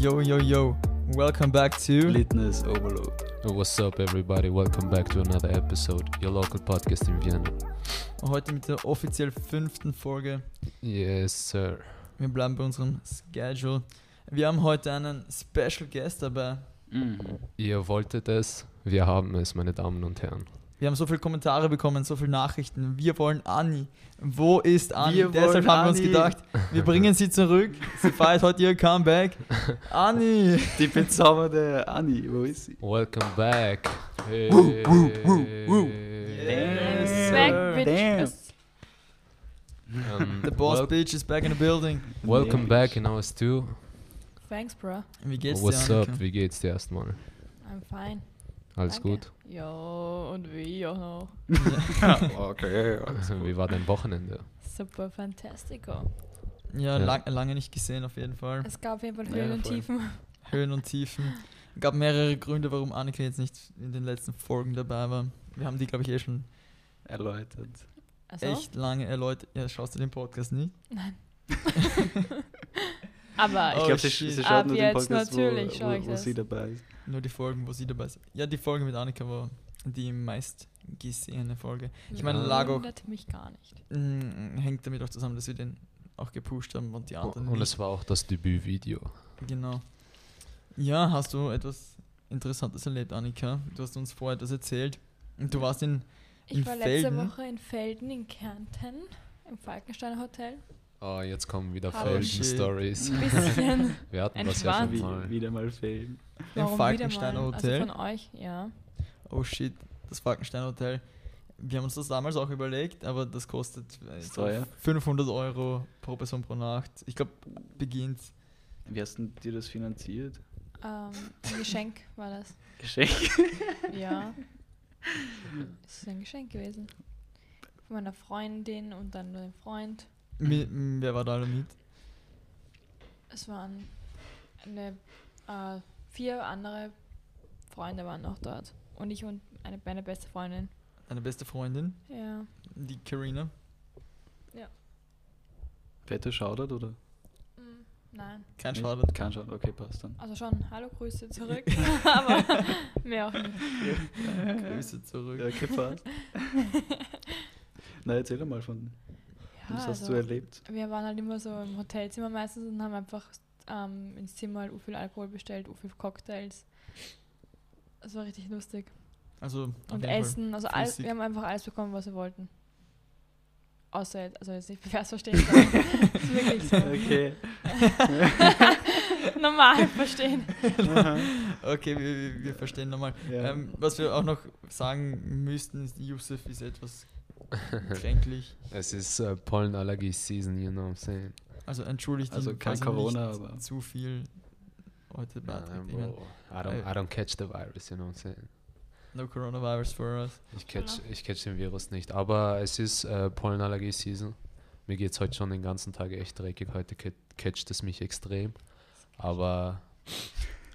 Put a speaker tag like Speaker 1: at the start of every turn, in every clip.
Speaker 1: Yo, yo, yo. Welcome back to
Speaker 2: Litness Overload.
Speaker 3: What's up, everybody? Welcome back to another episode, your local podcast in Vienna.
Speaker 1: heute mit der offiziell fünften Folge.
Speaker 3: Yes, sir.
Speaker 1: Wir bleiben bei unserem Schedule. Wir haben heute einen Special Guest dabei.
Speaker 3: Ihr wolltet es, wir haben es, meine Damen und Herren.
Speaker 1: Wir haben so viele Kommentare bekommen, so viele Nachrichten. Wir wollen Anni. Wo ist Anni?
Speaker 2: Wir
Speaker 1: Deshalb
Speaker 2: wollen
Speaker 1: haben wir uns
Speaker 2: Anni.
Speaker 1: gedacht, wir bringen sie zurück. Sie feiert heute ihr Comeback. Anni!
Speaker 2: Die bezaubernde Anni, wo ist sie?
Speaker 3: Welcome back. Hey.
Speaker 1: Yes,
Speaker 4: Back,
Speaker 1: sir.
Speaker 4: bitches.
Speaker 3: Um,
Speaker 1: The boss
Speaker 3: wel-
Speaker 1: bitch is back in the building.
Speaker 3: welcome back in our stew.
Speaker 4: Thanks, bro.
Speaker 1: Wie geht's
Speaker 3: What's
Speaker 1: dir,
Speaker 3: up?
Speaker 1: Annika?
Speaker 3: Wie geht's dir erstmal?
Speaker 4: I'm fine.
Speaker 3: Alles
Speaker 4: Danke.
Speaker 3: gut?
Speaker 4: Jo, und wie auch noch.
Speaker 2: okay, alles
Speaker 3: Wie war dein Wochenende?
Speaker 4: Super fantastico.
Speaker 1: Ja,
Speaker 3: Ja.
Speaker 1: lang, lange nicht gesehen auf jeden Fall.
Speaker 4: Es gab auf jeden Fall
Speaker 2: Ja,
Speaker 4: Höhen und
Speaker 2: voll.
Speaker 4: Tiefen.
Speaker 1: Höhen und Tiefen. gab mehrere Gründe, warum Annika jetzt nicht in den letzten Folgen dabei war. Wir haben die, glaube ich, eh schon
Speaker 2: erläutert.
Speaker 4: Also,
Speaker 1: echt lange erläutert. Ja, schaust du den Podcast nicht?
Speaker 4: Aber
Speaker 2: Ich
Speaker 1: Oh,
Speaker 2: glaube, sie,
Speaker 1: shit.
Speaker 2: sie
Speaker 4: Ah,
Speaker 2: schaut
Speaker 4: Ab
Speaker 2: nur den
Speaker 4: jetzt
Speaker 2: Podcast,
Speaker 4: natürlich
Speaker 2: wo,
Speaker 4: schau
Speaker 2: wo,
Speaker 4: ich
Speaker 2: wo
Speaker 4: das.
Speaker 2: sie dabei ist.
Speaker 1: Nur die Folgen, wo sie dabei ist. Ja, die Folge mit Annika war die meist gesehene Folge. Ich meine,
Speaker 3: Ja.
Speaker 1: Lago-
Speaker 4: wundert mich gar nicht.
Speaker 1: Mm, Hängt damit auch zusammen, dass wir den auch gepusht haben und die anderen
Speaker 3: Und
Speaker 1: nicht.
Speaker 3: es war auch das Debütvideo.
Speaker 1: Genau. Ja, hast du etwas Interessantes erlebt, Annika? Du hast uns vorher etwas erzählt. Und du warst in...
Speaker 4: Ich
Speaker 1: In
Speaker 4: war
Speaker 1: Felden?
Speaker 4: letzte Woche in Felden in Kärnten, im Falkenstein Hotel.
Speaker 3: Oh, jetzt kommen wieder
Speaker 4: Oh,
Speaker 1: shit.
Speaker 3: Felden-Stories.
Speaker 4: Ein bisschen.
Speaker 3: Wir hatten
Speaker 4: Ein
Speaker 3: das ja schon
Speaker 4: Schwanz.
Speaker 3: mal.
Speaker 2: Also Wie, wieder mal fehlen.
Speaker 4: Warum
Speaker 1: Falkensteiner
Speaker 4: wieder mal?
Speaker 1: Hotel?
Speaker 4: Also von euch, ja.
Speaker 1: Oh shit, das Falkenstein Hotel. Wir haben uns das damals auch überlegt, aber das kostet äh,
Speaker 2: Ist teuer.
Speaker 1: 500 Euro pro Person pro Nacht. Ich glaube, beginnt.
Speaker 2: Wie hast denn dir das finanziert?
Speaker 4: Ähm, ein Geschenk war das.
Speaker 2: Geschenk?
Speaker 4: Ja. Es ist ein Geschenk gewesen. Von meiner Freundin und dann meinem Freund.
Speaker 1: Mi-
Speaker 2: Mhm.
Speaker 1: m, Wer war da alle mit?
Speaker 4: Es waren eine, äh, vier andere Freunde waren noch dort. Und ich und eine, meine beste Freundin.
Speaker 1: Deine beste Freundin,
Speaker 4: Ja.
Speaker 1: die Karina.
Speaker 2: Wette schaudert oder?
Speaker 4: Mm, Nein.
Speaker 1: Kein
Speaker 2: Nicht?
Speaker 1: Schaden.
Speaker 2: Kein Schaden, okay, passt dann.
Speaker 4: Also schon, hallo, Grüße zurück. Aber mehr auch nicht.
Speaker 1: Grüße
Speaker 2: Ja,
Speaker 1: zurück.
Speaker 2: okay, passt. Na, erzähl doch mal von,
Speaker 4: Ja,
Speaker 2: was hast
Speaker 4: Ah, also,
Speaker 2: du erlebt?
Speaker 4: Wir waren halt immer so im Hotelzimmer meistens und haben einfach ähm, ins Zimmer halt u viel Alkohol bestellt, u viel Cocktails. Es war richtig lustig.
Speaker 1: Also, auf jeden
Speaker 4: Und
Speaker 1: Fall.
Speaker 4: Essen, also alles,
Speaker 1: flüssig.
Speaker 4: wir haben einfach alles bekommen, was wir wollten. Außer, jetzt- also jetzt nicht pervers verstehen, sondern es ist wirklich so.
Speaker 2: Okay.
Speaker 4: Normal verstehen.
Speaker 1: Okay, wir, wir- wir verstehen nochmal.
Speaker 2: Ja.
Speaker 1: Ähm, was wir auch noch sagen müssten, ist, Yusuf ist etwas kränklich.
Speaker 3: Es ist äh, Pollenallergie-Season, you know what I'm saying?
Speaker 1: Also entschuldigt
Speaker 2: Also
Speaker 1: ihn,
Speaker 2: kein
Speaker 1: falls er nicht
Speaker 2: Corona, aber-
Speaker 1: zu viel heute
Speaker 3: Nah,
Speaker 1: beiträgt. Ich mein,
Speaker 3: bro. I don't,
Speaker 1: äh,
Speaker 3: I don't catch the virus, you know what I'm saying?
Speaker 1: no coronavirus for us.
Speaker 3: Ich catch, ich catch den Virus nicht, aber es ist äh, Pollenallergie-Season. Mir geht es heute schon den ganzen Tag echt dreckig. Heute ca- catcht es mich extrem, aber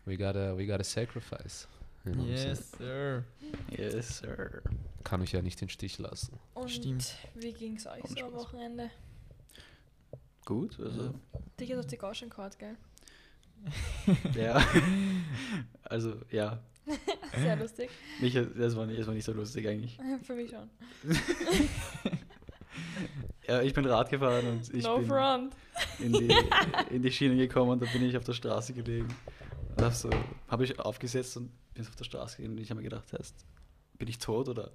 Speaker 3: we gotta, we gotta sacrifice. you know what I'm saying?
Speaker 1: Yes, sir.
Speaker 2: Yes, sir.
Speaker 3: Kann ich ja nicht den Stich lassen.
Speaker 4: Und
Speaker 1: Stimmt.
Speaker 4: wie ging es euch
Speaker 2: Komm,
Speaker 4: so am
Speaker 2: Spaß.
Speaker 4: Wochenende?
Speaker 2: Gut, also.
Speaker 4: Dich hat auf die Gauschen gehört, gell?
Speaker 2: Ja. Also, ja. Äh.
Speaker 4: Sehr lustig.
Speaker 2: Mich, das, war nicht, das war nicht so lustig eigentlich.
Speaker 4: Für mich schon.
Speaker 2: Ja, ich bin Rad gefahren und ich
Speaker 4: no
Speaker 2: bin
Speaker 4: front.
Speaker 2: in die, in die Schiene gekommen und da bin ich auf der Straße gelegen. Und hab so, habe ich aufgesetzt und bin so auf der Straße gelegen und ich habe mir gedacht, heißt, bin ich tot oder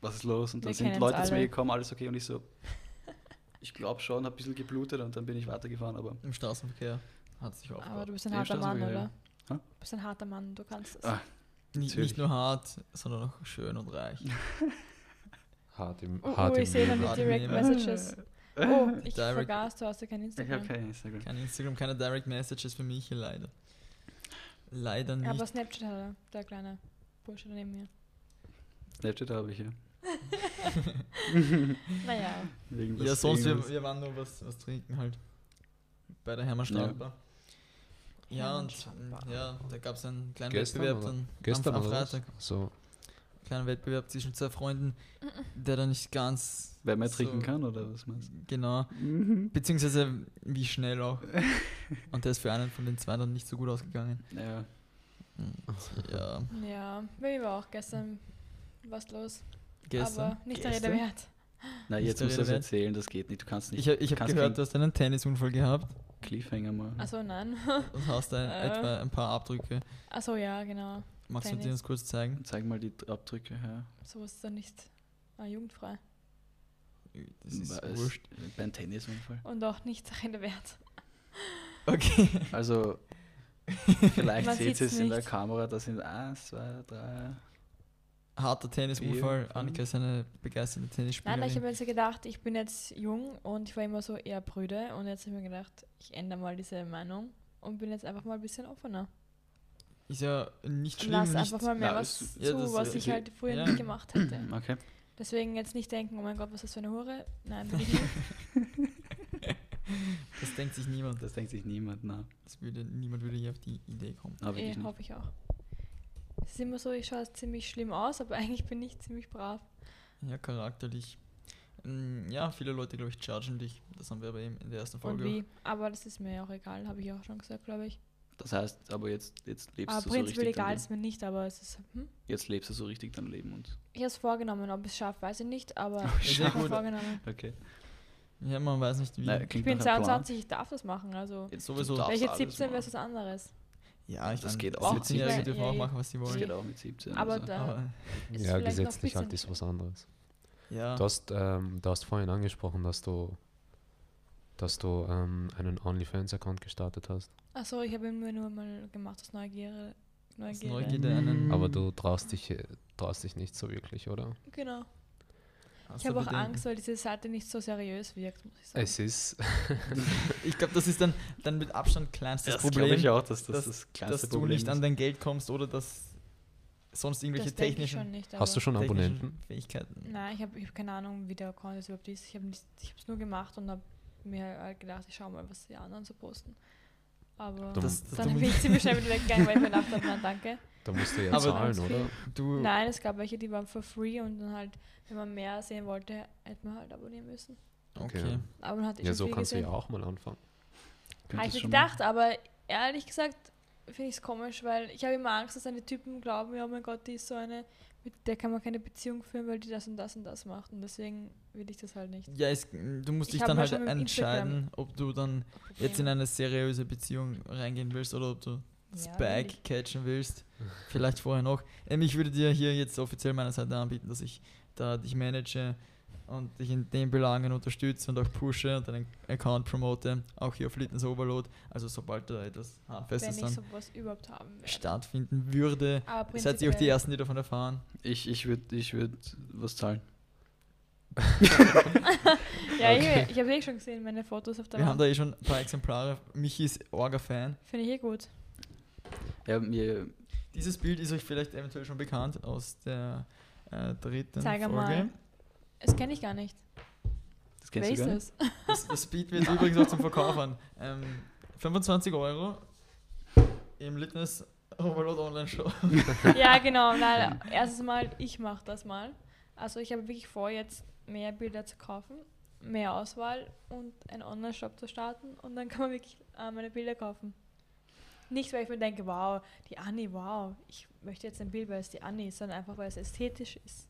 Speaker 2: was ist los? Und dann
Speaker 4: Wir
Speaker 2: sind
Speaker 4: kennen's
Speaker 2: Leute zu mir
Speaker 4: alle.
Speaker 2: gekommen, alles okay und ich so, ich glaube schon, habe ein bisschen geblutet und dann bin ich weitergefahren, aber
Speaker 1: Im Straßenverkehr hat sich auch
Speaker 4: Aber du bist ein
Speaker 2: Nee,
Speaker 4: harter Mann,
Speaker 2: Straßenverkehr,
Speaker 4: oder?
Speaker 2: ja. Hä?
Speaker 4: Du bist ein harter Mann, du kannst es.
Speaker 2: Ah.
Speaker 1: nicht,
Speaker 2: natürlich.
Speaker 1: nicht nur hart, sondern auch schön und reich.
Speaker 3: Hart im,
Speaker 4: Oh,
Speaker 3: hart
Speaker 4: oh,
Speaker 3: im
Speaker 4: ich sehe
Speaker 3: Leben.
Speaker 4: damit
Speaker 1: Hart im
Speaker 4: Direct
Speaker 1: Leben.
Speaker 4: Messages. Oh, ich
Speaker 1: Direct-
Speaker 4: vergaß, du hast ja kein
Speaker 2: ich
Speaker 4: Instagram.
Speaker 2: habe kein Instagram.
Speaker 1: Kein Instagram, keine Direct Messages für mich hier leider. Leider nicht.
Speaker 4: Aber Snapchat hat er, der kleine Bursche neben mir.
Speaker 2: Snapchat habe ich ja.
Speaker 4: Naja,
Speaker 2: Irgendwas-
Speaker 1: ja, sonst, wir,
Speaker 2: irgendwas.
Speaker 1: wir waren nur was, was trinken halt. Bei der Hermann
Speaker 2: Ja.
Speaker 1: Strandbar. Ja,
Speaker 4: Hermann
Speaker 1: und
Speaker 4: Strandbar.
Speaker 1: ja, da gab es einen kleinen
Speaker 3: Gestern,
Speaker 1: Wettbewerb
Speaker 3: oder?
Speaker 1: dann am-
Speaker 3: Gestern
Speaker 1: am,
Speaker 3: oder was?
Speaker 1: Freitag.
Speaker 3: So,
Speaker 1: kleinen Wettbewerb zwischen zwei Freunden, der da nicht ganz.
Speaker 2: Wer mehr
Speaker 1: so-
Speaker 2: trinken kann, oder was meinst
Speaker 1: Genau.
Speaker 2: du?
Speaker 1: Beziehungsweise wie schnell auch. Und der ist für einen von den zwei dann nicht so gut ausgegangen.
Speaker 2: Ja.
Speaker 1: Und, ja,
Speaker 4: Ja, bei mir war auch gestern was los.
Speaker 1: gestern.
Speaker 4: Aber nicht der
Speaker 2: Gestern?
Speaker 4: Rede wert.
Speaker 2: Na,
Speaker 1: Nicht
Speaker 2: jetzt
Speaker 1: der
Speaker 2: musst du das
Speaker 1: Rede wert.
Speaker 2: erzählen, das geht nicht. Du kannst nicht.
Speaker 1: Ich, hab- ich habe
Speaker 2: kannst
Speaker 1: gehört, du hast einen Tennisunfall gehabt
Speaker 2: keinen Cliffhanger
Speaker 1: Hm.
Speaker 2: machen.
Speaker 4: Achso, Also, nein.
Speaker 1: und hast ein,
Speaker 4: Äh.
Speaker 1: etwa ein paar Abdrücke.
Speaker 4: Achso, ja, genau.
Speaker 1: Magst du dir
Speaker 4: Tennis.
Speaker 1: das kurz zeigen?
Speaker 2: Zeig mal die Abdrücke her.
Speaker 4: So ist dann nicht ah, jugendfrei.
Speaker 1: Das ist
Speaker 2: Weil es-
Speaker 1: wurscht.
Speaker 2: Beim Tennisunfall.
Speaker 4: Und auch nicht der Rede wert.
Speaker 1: Okay.
Speaker 2: Also, vielleicht
Speaker 4: Man
Speaker 2: seht ihr
Speaker 4: sieht's
Speaker 2: es in der
Speaker 4: nicht.
Speaker 2: Kamera, da sind eins, zwei, drei.
Speaker 1: Harter Tennisunfall.
Speaker 2: Vier,
Speaker 1: Annika ist eine begeisterte
Speaker 4: Nein, ich
Speaker 1: Tennisspielerin.
Speaker 4: habe jetzt gedacht, ich bin jetzt jung und ich war immer so eher brüde. Und jetzt habe ich mir gedacht, ich ändere mal diese Meinung und bin jetzt einfach mal ein bisschen offener.
Speaker 1: Ist ja nicht schlimm.
Speaker 4: Lass
Speaker 1: Nicht,
Speaker 4: einfach mal mehr
Speaker 2: Na,
Speaker 4: was
Speaker 2: ist-
Speaker 4: zu,
Speaker 1: ja, das-
Speaker 4: was
Speaker 1: das-
Speaker 4: ich halt früher
Speaker 1: ja.
Speaker 4: nicht gemacht hätte.
Speaker 2: Okay.
Speaker 4: Deswegen jetzt nicht denken, oh mein Gott, was ist das für eine Hure? Nein, bin ich nicht.
Speaker 1: das denkt sich niemand.
Speaker 2: Das denkt sich niemand, na.
Speaker 1: Das würde, niemand würde hier auf die Idee kommen.
Speaker 2: na
Speaker 4: eh,
Speaker 2: wirklich nicht.
Speaker 4: hoffe ich auch. Es ist immer so, ich schaue ziemlich schlimm aus, aber eigentlich bin ich ziemlich brav.
Speaker 1: Ja, charakterlich. Mm, Ja, viele Leute, glaube ich, chargen dich. Das haben wir aber eben in der ersten
Speaker 4: Und
Speaker 1: Folge.
Speaker 4: wie. Aber das ist mir ja auch egal, habe ich auch schon gesagt, glaube ich.
Speaker 2: Das heißt, aber jetzt, jetzt lebst
Speaker 4: Aber
Speaker 2: du so
Speaker 4: prinzipiell
Speaker 2: richtig.
Speaker 4: egal
Speaker 2: Dein
Speaker 4: ist
Speaker 2: Leben.
Speaker 4: mir nicht, aber es ist. Hm?
Speaker 2: Jetzt lebst du so richtig dein Leben und.
Speaker 4: Ich habe es vorgenommen, ob ich es schaffe, weiß ich nicht, aber
Speaker 2: Oh,
Speaker 4: ich habe
Speaker 1: schade.
Speaker 4: es vorgenommen.
Speaker 2: Okay.
Speaker 1: auch. Ja, man weiß nicht wie.
Speaker 2: Na,
Speaker 4: Ich
Speaker 2: klingt
Speaker 4: bin
Speaker 2: nach einem Plan.
Speaker 4: 22, ich darf das machen, also.
Speaker 2: Jetzt
Speaker 1: Sowieso.
Speaker 2: du darfst
Speaker 4: Welche
Speaker 2: alles
Speaker 4: 17 wäre
Speaker 2: machen.
Speaker 4: was anderes.
Speaker 1: ja, ich
Speaker 2: Das
Speaker 1: mein,
Speaker 2: geht auch mit
Speaker 1: 17-Jährige
Speaker 4: 17.
Speaker 1: dürfen
Speaker 4: Ja,
Speaker 1: auch
Speaker 4: ja.
Speaker 1: machen, was sie
Speaker 4: Das
Speaker 1: wollen.
Speaker 2: geht auch mit 17.
Speaker 4: Aber
Speaker 2: also.
Speaker 4: da-
Speaker 1: Aber,
Speaker 4: Ist
Speaker 3: ja,
Speaker 4: vielleicht noch ein
Speaker 3: gesetzlich
Speaker 4: bisschen
Speaker 3: halt ist was anderes.
Speaker 1: ja.
Speaker 3: Du hast, ähm, du hast vorhin angesprochen, dass du, dass du ähm, einen OnlyFans-Account gestartet hast.
Speaker 4: Achso, ich habe ihn mir nur mal gemacht aus Neugierde.
Speaker 1: Aus
Speaker 4: Neugierde.
Speaker 1: Neugierde einen.
Speaker 3: Aber du traust dich, äh, traust dich nicht so wirklich, oder?
Speaker 4: Genau.
Speaker 1: hast
Speaker 4: Ich
Speaker 1: du
Speaker 4: habe auch
Speaker 1: Bedenken?
Speaker 4: Angst, weil diese Seite nicht so seriös wirkt, muss ich sagen.
Speaker 3: Es ist.
Speaker 1: Ich glaube, das ist dann, dann mit Abstand kleinstes
Speaker 2: Das glaube
Speaker 1: Problem,
Speaker 2: ich auch, dass das
Speaker 1: dass-
Speaker 2: das
Speaker 1: dass
Speaker 2: kleinste
Speaker 1: du
Speaker 2: Problem
Speaker 1: nicht an
Speaker 2: ist.
Speaker 1: dein Geld kommst oder dass sonst irgendwelche
Speaker 4: das denke ich
Speaker 1: technischen,
Speaker 4: schon nicht.
Speaker 3: hast du schon Abonnenten?
Speaker 1: technischen Fähigkeiten.
Speaker 4: Nein, ich habe ich hab keine Ahnung, wie der Account jetzt überhaupt ist. Ich habe es nur gemacht und habe mir halt gedacht, ich schaue mal, was die anderen so posten. Aber
Speaker 3: Dumm.
Speaker 1: Das, das
Speaker 4: dann
Speaker 1: du,
Speaker 4: bin ich ziemlich schnell wieder weggegangen, weil ich mir gedacht habe, nein, danke.
Speaker 3: Da musst du ja
Speaker 1: Aber-
Speaker 3: zahlen, oder?
Speaker 1: du,
Speaker 4: Nein, es gab welche, die waren for free und dann halt, wenn man mehr sehen wollte, hätte man halt abonnieren müssen.
Speaker 1: Okay.
Speaker 3: Okay.
Speaker 4: Aber man hat eh
Speaker 3: Ja,
Speaker 4: schon
Speaker 3: so
Speaker 4: viel
Speaker 3: kannst du
Speaker 4: gesehen.
Speaker 3: ja auch mal anfangen.
Speaker 4: Habe
Speaker 2: Könntest
Speaker 4: ich mir
Speaker 2: schon mal-
Speaker 4: gedacht, aber ehrlich gesagt finde ich es komisch, weil ich habe immer Angst, dass eine Typen glauben, ja, oh mein Gott, die ist so eine, mit der kann man keine Beziehung führen, weil die das und das und das macht. Und deswegen will ich das halt nicht.
Speaker 1: Ja, es, du musst
Speaker 4: Ich
Speaker 1: dich
Speaker 4: hab
Speaker 1: dann
Speaker 4: mal
Speaker 1: halt
Speaker 4: schon mit
Speaker 1: entscheiden, ob du dann jetzt in
Speaker 4: Probleme.
Speaker 1: eine seriöse Beziehung reingehen willst oder ob du das
Speaker 4: Ja, will
Speaker 1: Bike
Speaker 4: ich.
Speaker 1: catchen willst. Vielleicht vorher noch. Ähm, ich würde dir hier jetzt offiziell meiner Seite anbieten, dass ich da dich manage und dich in den Belangen unterstütze und auch pushe und deinen Account promote. Auch hier auf Litten's Overload. Also sobald da etwas
Speaker 4: Wenn
Speaker 1: Handfestes
Speaker 4: ich
Speaker 1: dann
Speaker 4: sowas überhaupt haben werde.
Speaker 1: stattfinden würde.
Speaker 4: Aber
Speaker 1: Seid ihr auch die
Speaker 4: prinzipiell-
Speaker 1: Ersten, die davon erfahren?
Speaker 2: Ich, ich würde ich würd was zahlen.
Speaker 4: Ja,
Speaker 3: Okay.
Speaker 4: ich, ich habe eh schon gesehen, meine Fotos auf der
Speaker 1: Wir haben
Speaker 4: Wand.
Speaker 1: da eh schon ein paar Exemplare. Michi ist Orga-Fan.
Speaker 4: Finde ich eh gut.
Speaker 2: Ja, mir,
Speaker 1: Dieses Bild ist euch vielleicht eventuell schon bekannt aus der äh, dritten
Speaker 4: Zeig
Speaker 1: Folge.
Speaker 4: mal. Das kenne ich gar nicht.
Speaker 2: das
Speaker 4: Wer
Speaker 2: kennst
Speaker 4: ist
Speaker 2: du gar nicht.
Speaker 4: das?
Speaker 1: Das, das Bild wird übrigens auch zum Verkauf an. Ähm, 25 Euro im Litness Overload Online Shop.
Speaker 4: ja, genau. Nein, erstes Mal, ich mache das mal. Also ich habe wirklich vor, jetzt mehr Bilder zu kaufen, mehr Auswahl und einen Online-Shop zu starten und dann kann man wirklich äh, meine Bilder kaufen. Nicht, weil ich mir denke, wow, die Anni, wow, ich möchte jetzt ein Bild, weil es die Anni ist, sondern einfach, weil es ästhetisch ist.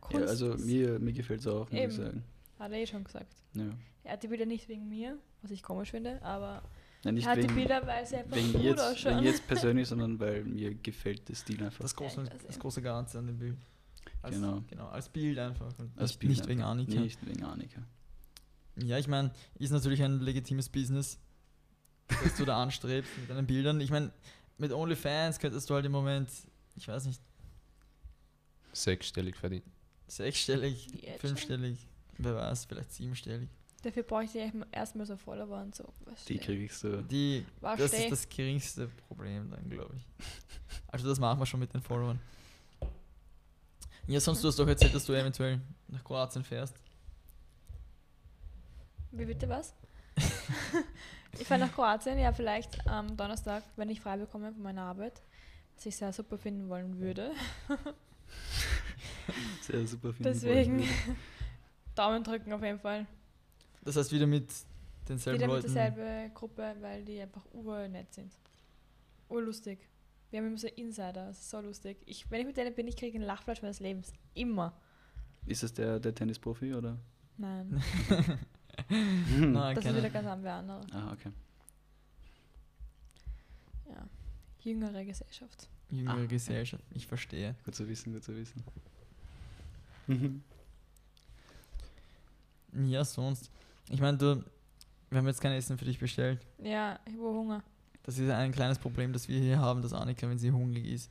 Speaker 4: Kunst
Speaker 2: Ja, also
Speaker 4: ist.
Speaker 2: mir, mir gefällt es auch, muss
Speaker 4: Eben.
Speaker 2: ich sagen.
Speaker 4: Hat er eh schon gesagt.
Speaker 2: Ja.
Speaker 4: Er hat die Bilder nicht wegen mir, was ich komisch finde, aber
Speaker 2: Nein, nicht
Speaker 4: er hat die
Speaker 2: wegen,
Speaker 4: Bilder, weil sie einfach
Speaker 2: wegen,
Speaker 4: gut
Speaker 2: jetzt,
Speaker 4: ausschauen.
Speaker 2: wegen jetzt persönlich, sondern weil mir gefällt der Stil einfach.
Speaker 1: Das große,
Speaker 4: Zeig das
Speaker 1: das
Speaker 4: ja.
Speaker 1: große Ganze an dem Bild. Als,
Speaker 2: Genau.
Speaker 1: Als Bild einfach. Und
Speaker 2: Als
Speaker 1: nicht,
Speaker 2: Bild
Speaker 1: nicht wegen Annika.
Speaker 2: Nicht wegen Annika.
Speaker 1: Ja, ich meine, ist natürlich ein legitimes Business, das du da anstrebst mit deinen Bildern. Ich meine, mit OnlyFans könntest du halt im Moment, ich weiß nicht,
Speaker 3: Sechsstellig verdienen.
Speaker 1: sechsstellig,
Speaker 4: Jetzt schon?
Speaker 1: fünfstellig, wer weiß, vielleicht siebenstellig.
Speaker 4: Dafür bräuchte ich erstmal so Follower und so. Was
Speaker 2: Die
Speaker 4: steht.
Speaker 2: kriegst du.
Speaker 1: Die,
Speaker 4: War
Speaker 1: das
Speaker 4: schlecht.
Speaker 1: ist das geringste Problem dann, glaube ich. Also das machen wir schon mit den Followern. Ja, sonst du hast doch erzählt, dass du eventuell nach Kroatien fährst.
Speaker 4: Wie bitte was? ich fahre nach Kroatien, ja, vielleicht am Donnerstag, wenn ich frei bekomme von meiner Arbeit, was ich sehr super finden wollen würde.
Speaker 2: Sehr super finden.
Speaker 4: Deswegen Daumen drücken auf jeden Fall.
Speaker 1: Das heißt wieder mit denselben
Speaker 4: Wieder mit
Speaker 1: Leuten.
Speaker 4: derselben Gruppe, weil die einfach urnett sind. Urlustig. Wir haben immer so Insider, das ist so lustig. Ich, wenn ich mit denen bin, ich kriege einen Lachflash meines Lebens. Immer.
Speaker 2: Ist das der, der Tennisprofi oder?
Speaker 4: Nein.
Speaker 1: Nein,
Speaker 4: Das ist wieder
Speaker 1: keine.
Speaker 4: ganz andere andere.
Speaker 2: Ah, okay.
Speaker 4: Ja. Jüngere Gesellschaft.
Speaker 1: Jüngere
Speaker 2: Ah.
Speaker 1: Gesellschaft, ich verstehe.
Speaker 2: Gut zu wissen, gut zu wissen. Mhm.
Speaker 1: Ja, sonst. Ich meine, du, wir haben jetzt kein Essen für dich bestellt.
Speaker 4: Ja, ich habe Hunger.
Speaker 1: Das ist ein kleines Problem, das wir hier haben, dass Annika, wenn sie hungrig ist,